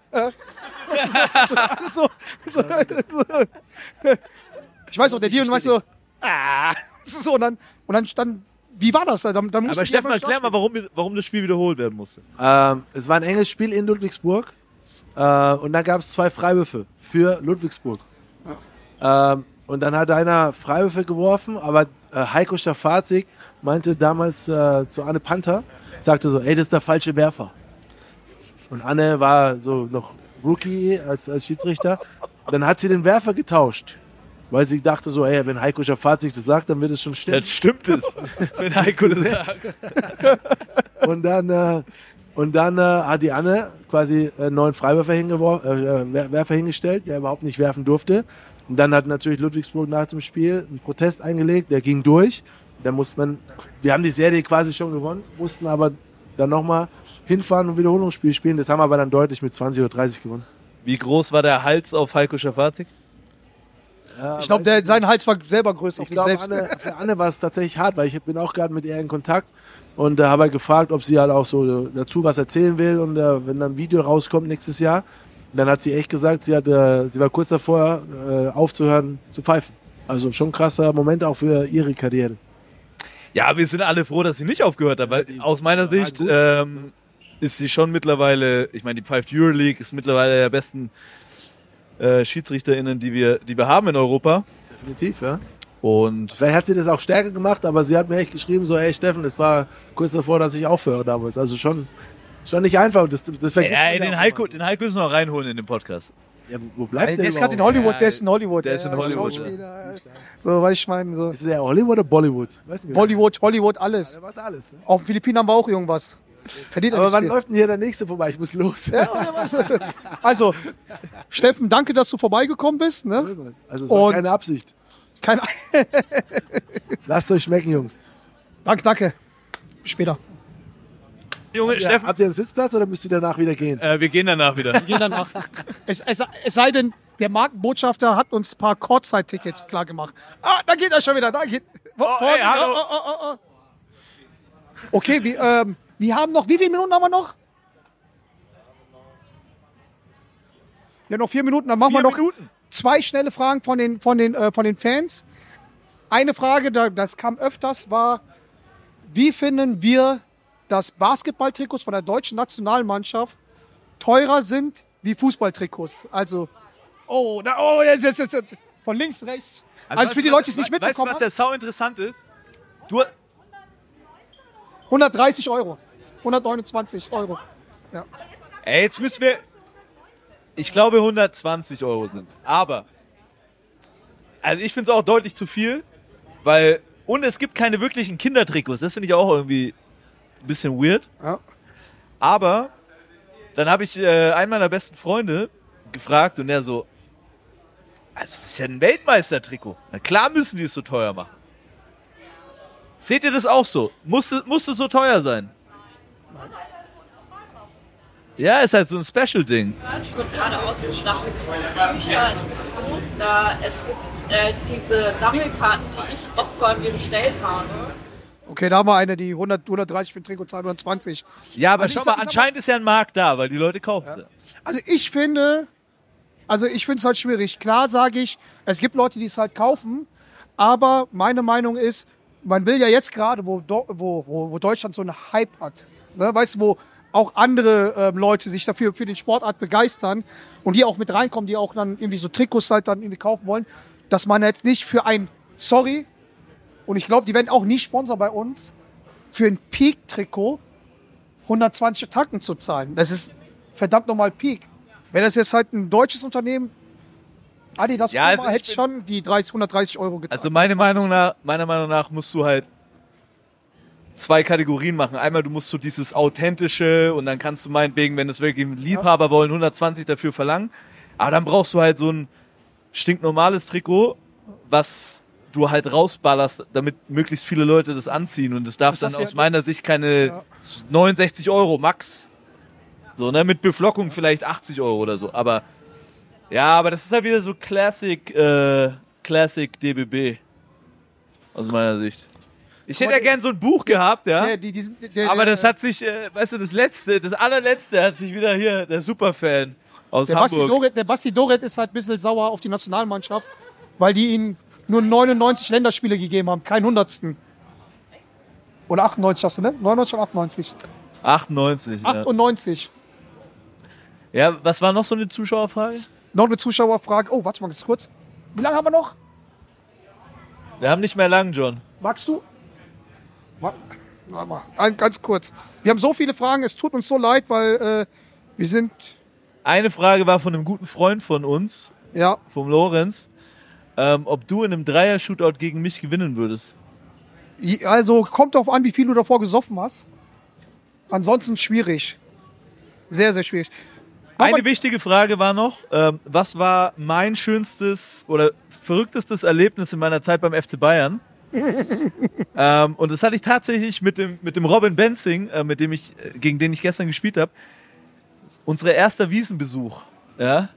S2: so, so, so. Ich weiß noch, der Dion meinte so, ah, so, und dann, und dann stand, wie war das? Dann, dann musste
S3: Aber
S2: ich
S3: Stefan,
S2: einfach-
S3: erklär mal, warum, warum das Spiel wiederholt werden musste.
S4: Ähm, es war ein enges Spiel in Ludwigsburg. Äh, und dann gab es zwei Freiwürfe für Ludwigsburg. Ähm, und dann hat einer Freiwürfe geworfen, aber äh, Heiko Schafazik meinte damals äh, zu Anne Panther, sagte so, ey, das ist der falsche Werfer. Und Anne war so noch Rookie als, als Schiedsrichter. Dann hat sie den Werfer getauscht, weil sie dachte so, ey, wenn Heiko Schafazik das sagt, dann wird es schon stimmen.
S3: Das stimmt es. Wenn Heiko das sagt.
S4: Und dann, äh, und dann äh, hat die Anne quasi äh, einen neuen Freiwerfer hingewor- äh, äh, Wer- Werfer hingestellt, der überhaupt nicht werfen durfte. Und dann hat natürlich Ludwigsburg nach dem Spiel einen Protest eingelegt, der ging durch. Da musste man, wir haben die Serie quasi schon gewonnen, mussten aber dann nochmal hinfahren und Wiederholungsspiel spielen. Das haben wir aber dann deutlich mit 20 oder 30 gewonnen.
S3: Wie groß war der Hals auf Heiko Schafazik?
S2: Ich glaube, sein Hals war selber größer auf
S4: Ich
S2: sich
S4: glaube,
S2: selbst.
S4: Anne, für Anne war es tatsächlich hart, weil ich bin auch gerade mit ihr in Kontakt und äh, habe halt gefragt, ob sie halt auch so dazu was erzählen will und äh, wenn dann ein Video rauskommt nächstes Jahr, dann hat sie echt gesagt, sie, hat, äh, sie war kurz davor äh, aufzuhören zu pfeifen. Also schon ein krasser Moment auch für ihre Karriere.
S3: Ja, wir sind alle froh, dass sie nicht aufgehört hat, weil aus meiner Sicht
S4: gut.
S3: ähm, ist sie schon mittlerweile, ich meine, die pfeift Euroleague ist mittlerweile der besten äh, SchiedsrichterInnen, die wir, die wir haben in Europa.
S4: Definitiv, ja.
S3: Und
S4: Vielleicht hat sie das auch stärker gemacht, aber sie hat mir echt geschrieben, so, ey Steffen, es war kurz davor, dass ich aufhöre damals. Also schon Schon nicht einfach. Das, das vergisst man
S3: Ja,
S4: ja
S3: den
S4: auch
S3: Heiko,
S4: immer.
S3: den Heiko müssen wir noch reinholen in den Podcast.
S4: Ja, wo bleibt
S2: Äh, Also der
S4: der
S2: ist gerade in
S4: überhaupt?
S2: Hollywood, der ist in Hollywood.
S3: der ist in
S2: ja,
S3: Hollywood,
S2: Schauspieler, äh, So, weil ich meine, so.
S4: Ist der Hollywood oder Bollywood? Weiß nicht.
S2: Bollywood, Hollywood, alles.
S4: Der macht alles. Ne?
S2: Auf den Philippinen haben wir auch irgendwas. Verdient er
S4: Aber
S2: nicht
S4: wann
S2: viel.
S4: läuft denn hier der nächste vorbei? Ich muss los.
S2: Also, Steffen, danke, dass du vorbeigekommen bist. Ne?
S4: Also es war
S2: Und-
S4: keine Absicht.
S2: Keine,
S4: Lasst euch schmecken, Jungs.
S2: danke, danke. Bis Später.
S3: Junge,
S4: Ja,
S3: Steffen,
S4: habt ihr einen Sitzplatz oder müsst ihr danach wieder gehen?
S3: äh, wir gehen danach wieder.
S2: Gehen danach. Es, es, es sei denn, der Markenbotschafter hat uns ein paar Kurzzeit-Tickets klar gemacht. Ah, da geht er schon wieder. Da geht. Vorsicht,
S3: ey, hallo.
S2: oh, oh, oh, oh. Okay, wir, ähm, wir haben noch. Wie viele Minuten haben wir noch? Ja, noch vier Minuten. Dann machen wir noch zwei schnelle Fragen von den, von den, äh, von den Fans. Eine Frage, da- das kam öfters, war: Wie finden wir, dass Basketballtrikots von der deutschen Nationalmannschaft teurer sind wie Fußballtrikots. Also, oh, na, oh, jetzt, jetzt, jetzt, jetzt. von links, rechts. Also, für die Leute, die es nicht
S3: Weißt du,
S2: mitbekommen
S3: was
S2: haben,
S3: der Sau interessant ist? Du,
S2: 130 Euro. 129 Euro.
S3: ey, jetzt müssen wir. Ich glaube, 120 Euro sind's. Aber. Also, ich find's auch deutlich zu viel, weil. Und es gibt keine wirklichen Kindertrikots. Das finde ich auch irgendwie ein bisschen weird.
S2: Ja.
S3: Aber dann habe ich äh, einen meiner besten Freunde gefragt und er so, also das ist ja ein Weltmeistertrikot. Na klar müssen die es so teuer machen. Seht ihr das auch so? Muss, es- muss es so teuer sein? Ja, ist halt so ein Special-Ding.
S7: Merch wird gerade ausgeschlachtet. Ich weiß, da es gibt äh, diese Sammelkarten, die ich auch vor mir bestellt habe.
S2: Okay, da haben wir eine, die 100, 130 für ein Trikot zahlt, 120.
S3: Ja, aber
S2: Also ich
S3: schau
S2: sag- ich
S3: mal,
S2: sag mal-
S3: anscheinend ist ja ein Markt da, weil die Leute kaufen sie.
S2: Also ich finde, also ich finde es halt schwierig. Klar sage ich, es gibt Leute, die es halt kaufen, aber meine Meinung ist, man will ja jetzt gerade, wo, Do- wo, wo, wo Deutschland so einen Hype hat, ne? weißt du, wo auch andere ähm, Leute sich dafür für den Sportart begeistern und die auch mit reinkommen, die auch dann irgendwie so Trikots halt dann irgendwie kaufen wollen, dass man jetzt nicht für ein, sorry, und ich glaube, die werden auch nie Sponsor bei uns, für ein Peak-Trikot 120 Tacken zu zahlen. Das ist verdammt nochmal Peak. Wenn das jetzt halt ein deutsches Unternehmen, Adidas
S3: Ja,
S2: Puma,
S3: also ich
S2: hätte
S3: bin-
S2: schon die 30, 130 Euro gezahlt.
S3: Also meine Meinung nach, meiner Meinung nach musst du halt zwei Kategorien machen. Einmal du musst so dieses authentische und dann kannst du meinetwegen, wenn es wirklich ein Liebhaber wollen, 120 dafür verlangen. Aber dann brauchst du halt so ein stinknormales Trikot, was du halt rausballerst, damit möglichst viele Leute das anziehen. Und es darf
S2: Das
S3: dann
S2: hast du
S3: aus
S2: ja-
S3: meiner Sicht keine 69 Euro max. So, ne, mit Beflockung vielleicht 80 Euro oder so. Aber ja, aber das ist halt wieder so Classic, äh, Classic DBB. Aus meiner Sicht. Ich hätte ja gern so ein Buch gehabt, ja.
S2: Der- die- die sind- der- der-
S3: Aber das
S2: der-
S3: hat sich, äh, weißt du, das letzte, das allerletzte hat sich wieder hier, der Superfan aus
S2: der Basti,
S3: Hamburg.
S2: Doret, der Basti Doret ist halt ein bisschen sauer auf die Nationalmannschaft, weil die ihm nur 99 Länderspiele gegeben haben, kein Hundertsten. Oder 98 hast du, ne? 99 oder 98?
S3: 98, ja.
S2: 98.
S3: ja. Was war noch so eine Zuschauerfrage?
S2: Noch eine Zuschauerfrage. Oh, warte mal ganz kurz. Wie lange haben wir noch?
S3: Wir haben nicht mehr lang, John.
S2: Magst du? Ma- Warte mal, ein- ganz kurz. Wir haben so viele Fragen, es tut uns so leid, weil äh, wir sind,
S3: Eine Frage war von einem guten Freund von uns,
S2: ja,
S3: vom Lorenz, ähm, ob du in einem Dreier-Shootout gegen mich gewinnen würdest.
S2: I- also kommt darauf an, wie viel du davor gesoffen hast. Ansonsten schwierig. Sehr, sehr schwierig.
S3: Eine
S2: Aber-
S3: wichtige Frage war noch, ähm, was war mein schönstes oder verrücktestes Erlebnis in meiner Zeit beim FC Bayern? ähm, und das hatte ich tatsächlich mit dem, mit dem Robin Benzing, äh, mit dem ich, äh, gegen den ich gestern gespielt habe. Unser erster Wiesenbesuch. Ja?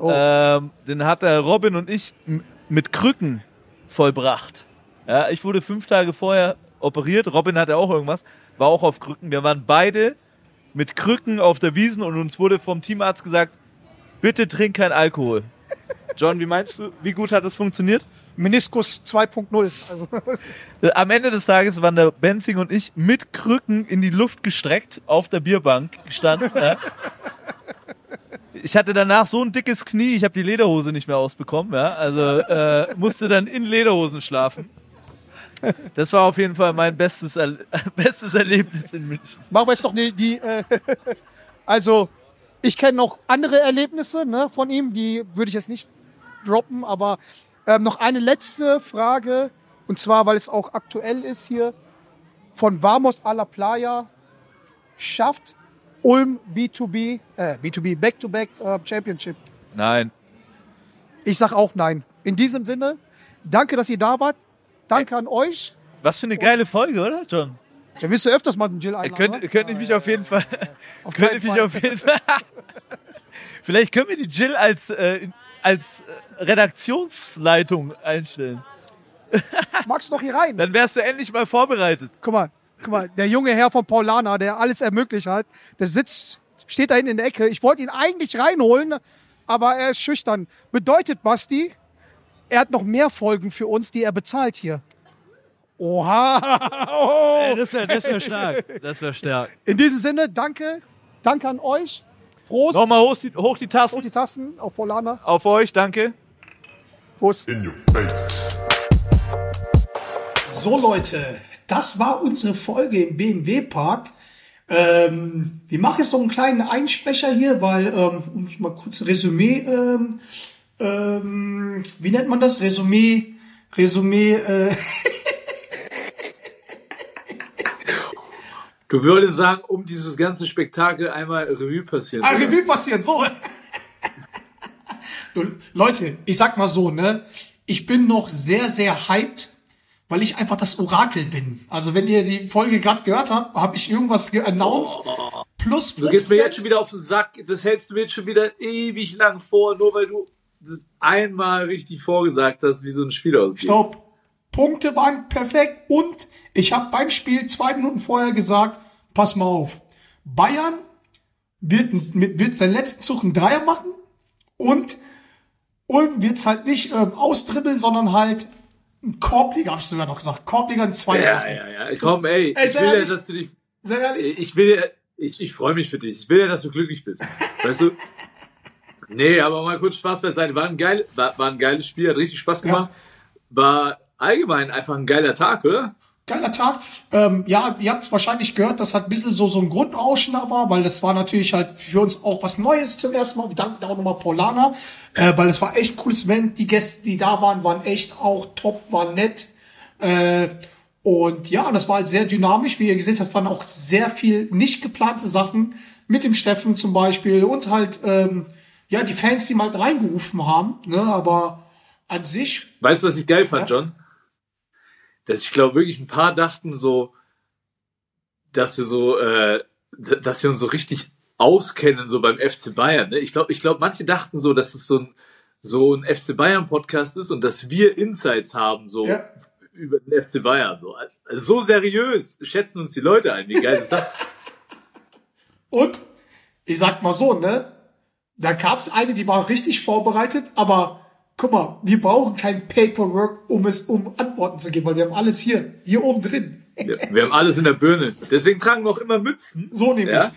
S3: Ähm, den hat der Robin und ich m- mit Krücken vollbracht. Ja, ich wurde fünf Tage vorher operiert. Robin hatte auch irgendwas, war auch auf Krücken. Wir waren beide mit Krücken auf der Wiesen und uns wurde vom Teamarzt gesagt, bitte trink kein Alkohol. John, wie meinst du, wie gut hat das funktioniert?
S2: Meniskus 2.0. Also,
S3: Äh, Am Ende des Tages waren der Benzing und ich mit Krücken in die Luft gestreckt auf der Bierbank gestanden. ja. Ich hatte danach so ein dickes Knie, ich habe die Lederhose nicht mehr ausbekommen. Ja? Also äh, musste dann in Lederhosen schlafen.
S10: Das war auf jeden Fall mein bestes, Erle bestes Erlebnis in München.
S2: Machen wir jetzt noch die. die äh, also, ich kenne noch andere Erlebnisse ne, von ihm, die würde ich jetzt nicht droppen, aber ähm, noch eine letzte Frage, und zwar, weil es auch aktuell ist hier: Von Vamos a la Playa schafft Ulm B2B, äh, B2B Back-to-Back äh, Championship.
S10: Nein.
S2: Ich sag auch nein. In diesem Sinne, danke, dass ihr da wart. Danke an euch.
S10: Was für eine geile Folge, oder, John?
S2: Da wirst du öfters mal einen Jill
S10: Äh,
S2: einladen.
S10: Könnte
S2: oder?
S10: könnt ich mich auf jeden Fall.
S2: Auf
S10: Könnte
S2: keinen
S10: ich mich
S2: Fall.
S10: auf jeden Fall. Vielleicht können wir die Jill als, äh, als äh, Redaktionsleitung einstellen.
S2: Magst du noch hier rein?
S10: Dann wärst du endlich mal vorbereitet.
S2: Guck mal, guck mal, der junge Herr von Paulana, der alles ermöglicht hat, der sitzt, steht da hinten in der Ecke. Ich wollte ihn eigentlich reinholen, aber er ist schüchtern. Bedeutet, Basti, er hat noch mehr Folgen für uns, die er bezahlt hier. Oha! Oh.
S10: Äh, Das wäre das wär stark. Das wäre stark.
S2: In diesem Sinne, danke. Danke an euch. Prost.
S10: Nochmal hoch die, hoch die
S2: Hoch
S10: Tasten.
S2: die Tasten auf Paulana.
S10: Auf euch, danke.
S2: Prost.
S1: in your face.
S2: So Leute, das war unsere Folge im BMW Park. Ähm, wir machen jetzt noch einen kleinen Einsprecher hier, weil, ähm, um es mal kurz Resümee, ähm, ähm, wie nennt man das? Resümee, Resümee, äh,
S3: Du würdest sagen, um dieses ganze Spektakel einmal Revue passieren.
S2: ah, Revue passieren, so. Du, Leute, ich sag mal so, ne, ich bin noch sehr, sehr hyped, weil ich einfach das Orakel bin. Also wenn ihr die Folge gerade gehört habt, habe ich irgendwas geannounced. Plus
S3: Du gehst mir
S2: 15.
S3: jetzt schon wieder auf den Sack. Das hältst du mir jetzt schon wieder ewig lang vor, nur weil du das einmal richtig vorgesagt hast, wie so ein Spiel aussieht.
S2: Stopp. Punkte waren perfekt und ich habe beim Spiel zwei Minuten vorher gesagt, pass mal auf, Bayern wird, n- mit, wird seinen letzten Zug einen Dreier machen und Ulm wird's halt nicht ähm, austribbeln, sondern halt ein Korbleger, hab ich sogar noch gesagt, Korbleger ein Zweier.
S3: Ja,
S2: machen.
S3: ja, ja. Komm, ey.
S2: Ey,
S3: Ich
S2: sei
S3: will ja,
S2: ehrlich.
S3: dass du dich.
S2: Sehr ehrlich.
S3: Ich will ja. Ich, ich freue mich für dich. Ich will ja, dass du glücklich bist. Weißt du? Nee, aber mal kurz Spaß beiseite. War ein, geil, war, war ein geiles Spiel, hat richtig Spaß gemacht. War allgemein einfach ein geiler Tag, oder?
S2: geiler Tag. Ähm, ja, ihr habt es wahrscheinlich gehört, das hat ein bisschen so, so ein Grundrauschen da war, weil das war natürlich halt für uns auch was Neues zum ersten Mal. Wir danken auch nochmal Paulana, äh, weil es war echt ein cooles Event. Die Gäste, die da waren, waren echt auch top, waren nett. Äh, und ja, das war halt sehr dynamisch. Wie ihr gesehen habt, waren auch sehr viel nicht geplante Sachen mit dem Steffen zum Beispiel und halt, ähm, ja, die Fans, die mal halt reingerufen haben, ne, aber an sich
S3: Weißt du, was ich geil fand,
S2: Ja.
S3: John? Dass ich glaube, wirklich ein paar dachten so, dass wir so, äh, d- dass wir uns so richtig auskennen, so beim FC Bayern. Ne? Ich glaube, ich glaube, manche dachten so, dass es so ein, so ein FC Bayern Podcast ist und dass wir Insights haben, so
S2: Ja.
S3: über den FC Bayern. So, also so seriös schätzen uns die Leute ein. Wie geil ist das?
S2: Und ich sag mal so, ne? Da gab's eine, die war richtig vorbereitet, aber guck mal, wir brauchen kein Paperwork, um es um Antworten zu geben, weil wir haben alles hier, hier oben drin.
S3: Wir, wir haben alles in der Birne. Deswegen tragen wir auch immer Mützen.
S2: So nämlich.
S3: Ja?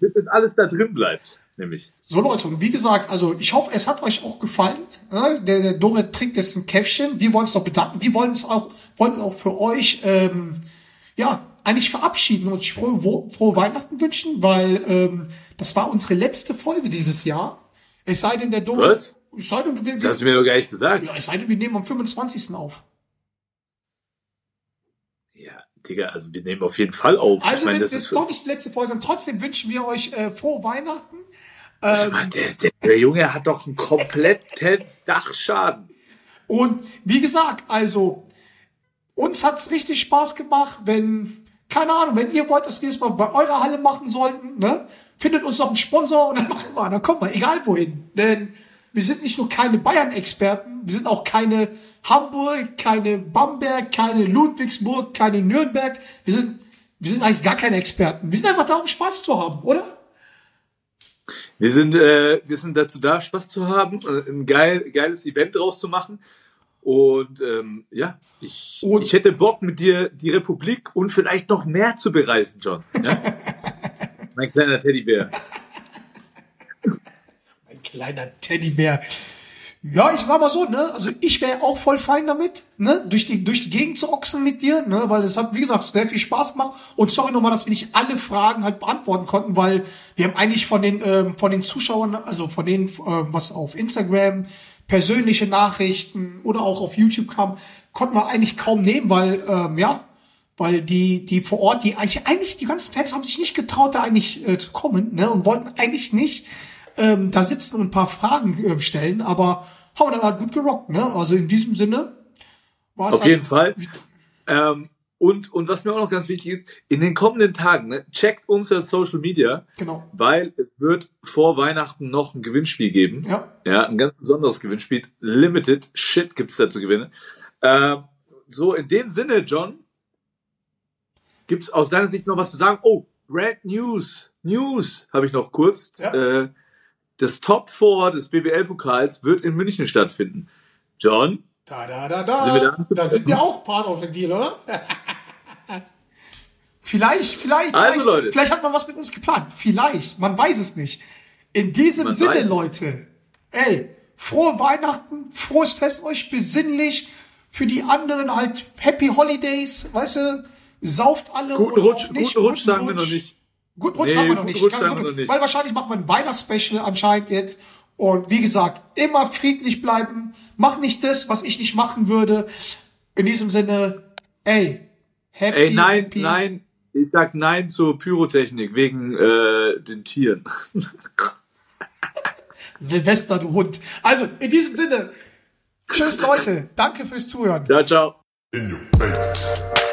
S3: Damit das alles da drin bleibt. Nämlich.
S2: So Leute, und wie gesagt, also ich hoffe, es hat euch auch gefallen. Ne? Der, der Dore trinkt jetzt ein Käffchen. Wir wollen uns doch bedanken. Wir wollen uns auch, wollen auch für euch ähm, ja eigentlich verabschieden und euch frohe, Wo- frohe Weihnachten wünschen, weil ähm, das war unsere letzte Folge dieses Jahr. Es sei denn, der Dore.
S3: Was?
S2: Es sei denn, wir,
S3: Das hast du mir doch gar nicht gesagt.
S2: Ja, es sei denn, wir nehmen am 25. auf.
S3: Ja, Digga, also wir nehmen auf jeden Fall auf.
S2: Also,
S3: ich meine,
S2: wenn
S3: das
S2: das
S3: ist
S2: doch nicht die letzte Folge, sondern trotzdem wünschen wir euch äh, frohe Weihnachten. Ähm,
S3: also, Mann, der, der, der Junge hat doch einen kompletten Dachschaden.
S2: Und wie gesagt, also, uns hat's richtig Spaß gemacht, wenn, keine Ahnung, wenn ihr wollt, dass wir es mal bei eurer Halle machen sollten, ne? Findet uns noch einen Sponsor und dann machen wir, dann kommen wir, egal wohin. Denn wir sind nicht nur keine Bayern-Experten, wir sind auch keine Hamburg, keine Bamberg, keine Ludwigsburg, keine Nürnberg. Wir sind, wir sind eigentlich gar keine Experten. Wir sind einfach da, um Spaß zu haben, oder?
S3: Wir sind, äh, wir sind dazu da, Spaß zu haben, äh, ein geil, geiles Event draus zu machen. Und ähm, ja, ich,
S2: Und-
S3: ich hätte Bock, mit dir die Republik und vielleicht noch mehr zu bereisen, John. Ja? mein kleiner Teddybär.
S2: Ein kleiner Teddybär. Ja, ich sag mal so, ne, also ich wäre auch voll fein damit, ne, durch die, durch die Gegend zu ochsen mit dir, ne, weil es hat, wie gesagt, sehr viel Spaß gemacht. Und sorry nochmal, dass wir nicht alle Fragen halt beantworten konnten, weil wir haben eigentlich von den, ähm, von den Zuschauern, also von denen, ähm, was auf Instagram, persönliche Nachrichten oder auch auf YouTube kam, konnten wir eigentlich kaum nehmen, weil, ähm, ja, weil die, die vor Ort, die eigentlich, eigentlich, die ganzen Fans haben sich nicht getraut, da eigentlich äh, zu kommen, ne, und wollten eigentlich nicht, ähm, da sitzen und ein paar Fragen äh, stellen, aber haben wir dann halt gut gerockt, ne? Also in diesem Sinne war es
S9: Auf
S2: halt,
S9: jeden Fall. Ähm, und, und was mir auch noch ganz wichtig ist, in den kommenden Tagen, ne, checkt unsere Social Media,
S2: Genau.
S9: weil es wird vor Weihnachten noch ein Gewinnspiel geben.
S2: Ja.
S9: Ja, ein ganz besonderes Gewinnspiel. Limited Shit gibt's da zu gewinnen. Ähm, so, in dem Sinne, John, gibt's aus deiner Sicht noch was zu sagen? Oh, Red News. News habe ich noch kurz.
S2: Ja.
S9: Äh, das Top 4 des BBL-Pokals wird in München stattfinden. John,
S2: Da, da, da, da.
S9: Sind wir da?
S2: da sind wir auch Part of the Deal, oder? vielleicht, vielleicht,
S9: Also,
S2: vielleicht,
S9: Leute.
S2: vielleicht hat man was mit uns geplant. Vielleicht, man weiß es nicht. In diesem
S9: Man
S2: Sinne,
S9: weiß es
S2: Leute, ey, frohe Weihnachten, frohes Fest euch, besinnlich. Für die anderen halt Happy Holidays, weißt du, sauft alle.
S9: guten
S2: oder
S9: Rutsch,
S2: auch nicht,
S9: guten Rutsch sagen wir noch
S2: Rutsch.
S9: nicht.
S2: Guten Rutsch
S9: Nee,
S2: sagen wir noch
S9: guten
S2: nicht.
S9: Rutsch
S2: Kein
S9: sagen wir
S2: Problem.
S9: noch nicht.
S2: Weil wahrscheinlich macht man ein Weihnachtsspecial anscheinend jetzt. Und wie gesagt, immer friedlich bleiben. Mach nicht das, was ich nicht machen würde. In diesem Sinne, ey, happy,
S9: Ey, nein,
S2: happy.
S9: nein. Ich sag nein zur Pyrotechnik wegen äh, den Tieren.
S2: Silvester, du Hund. Also, in diesem Sinne, tschüss Leute. Danke fürs Zuhören.
S9: Ciao, ciao.
S1: in your face.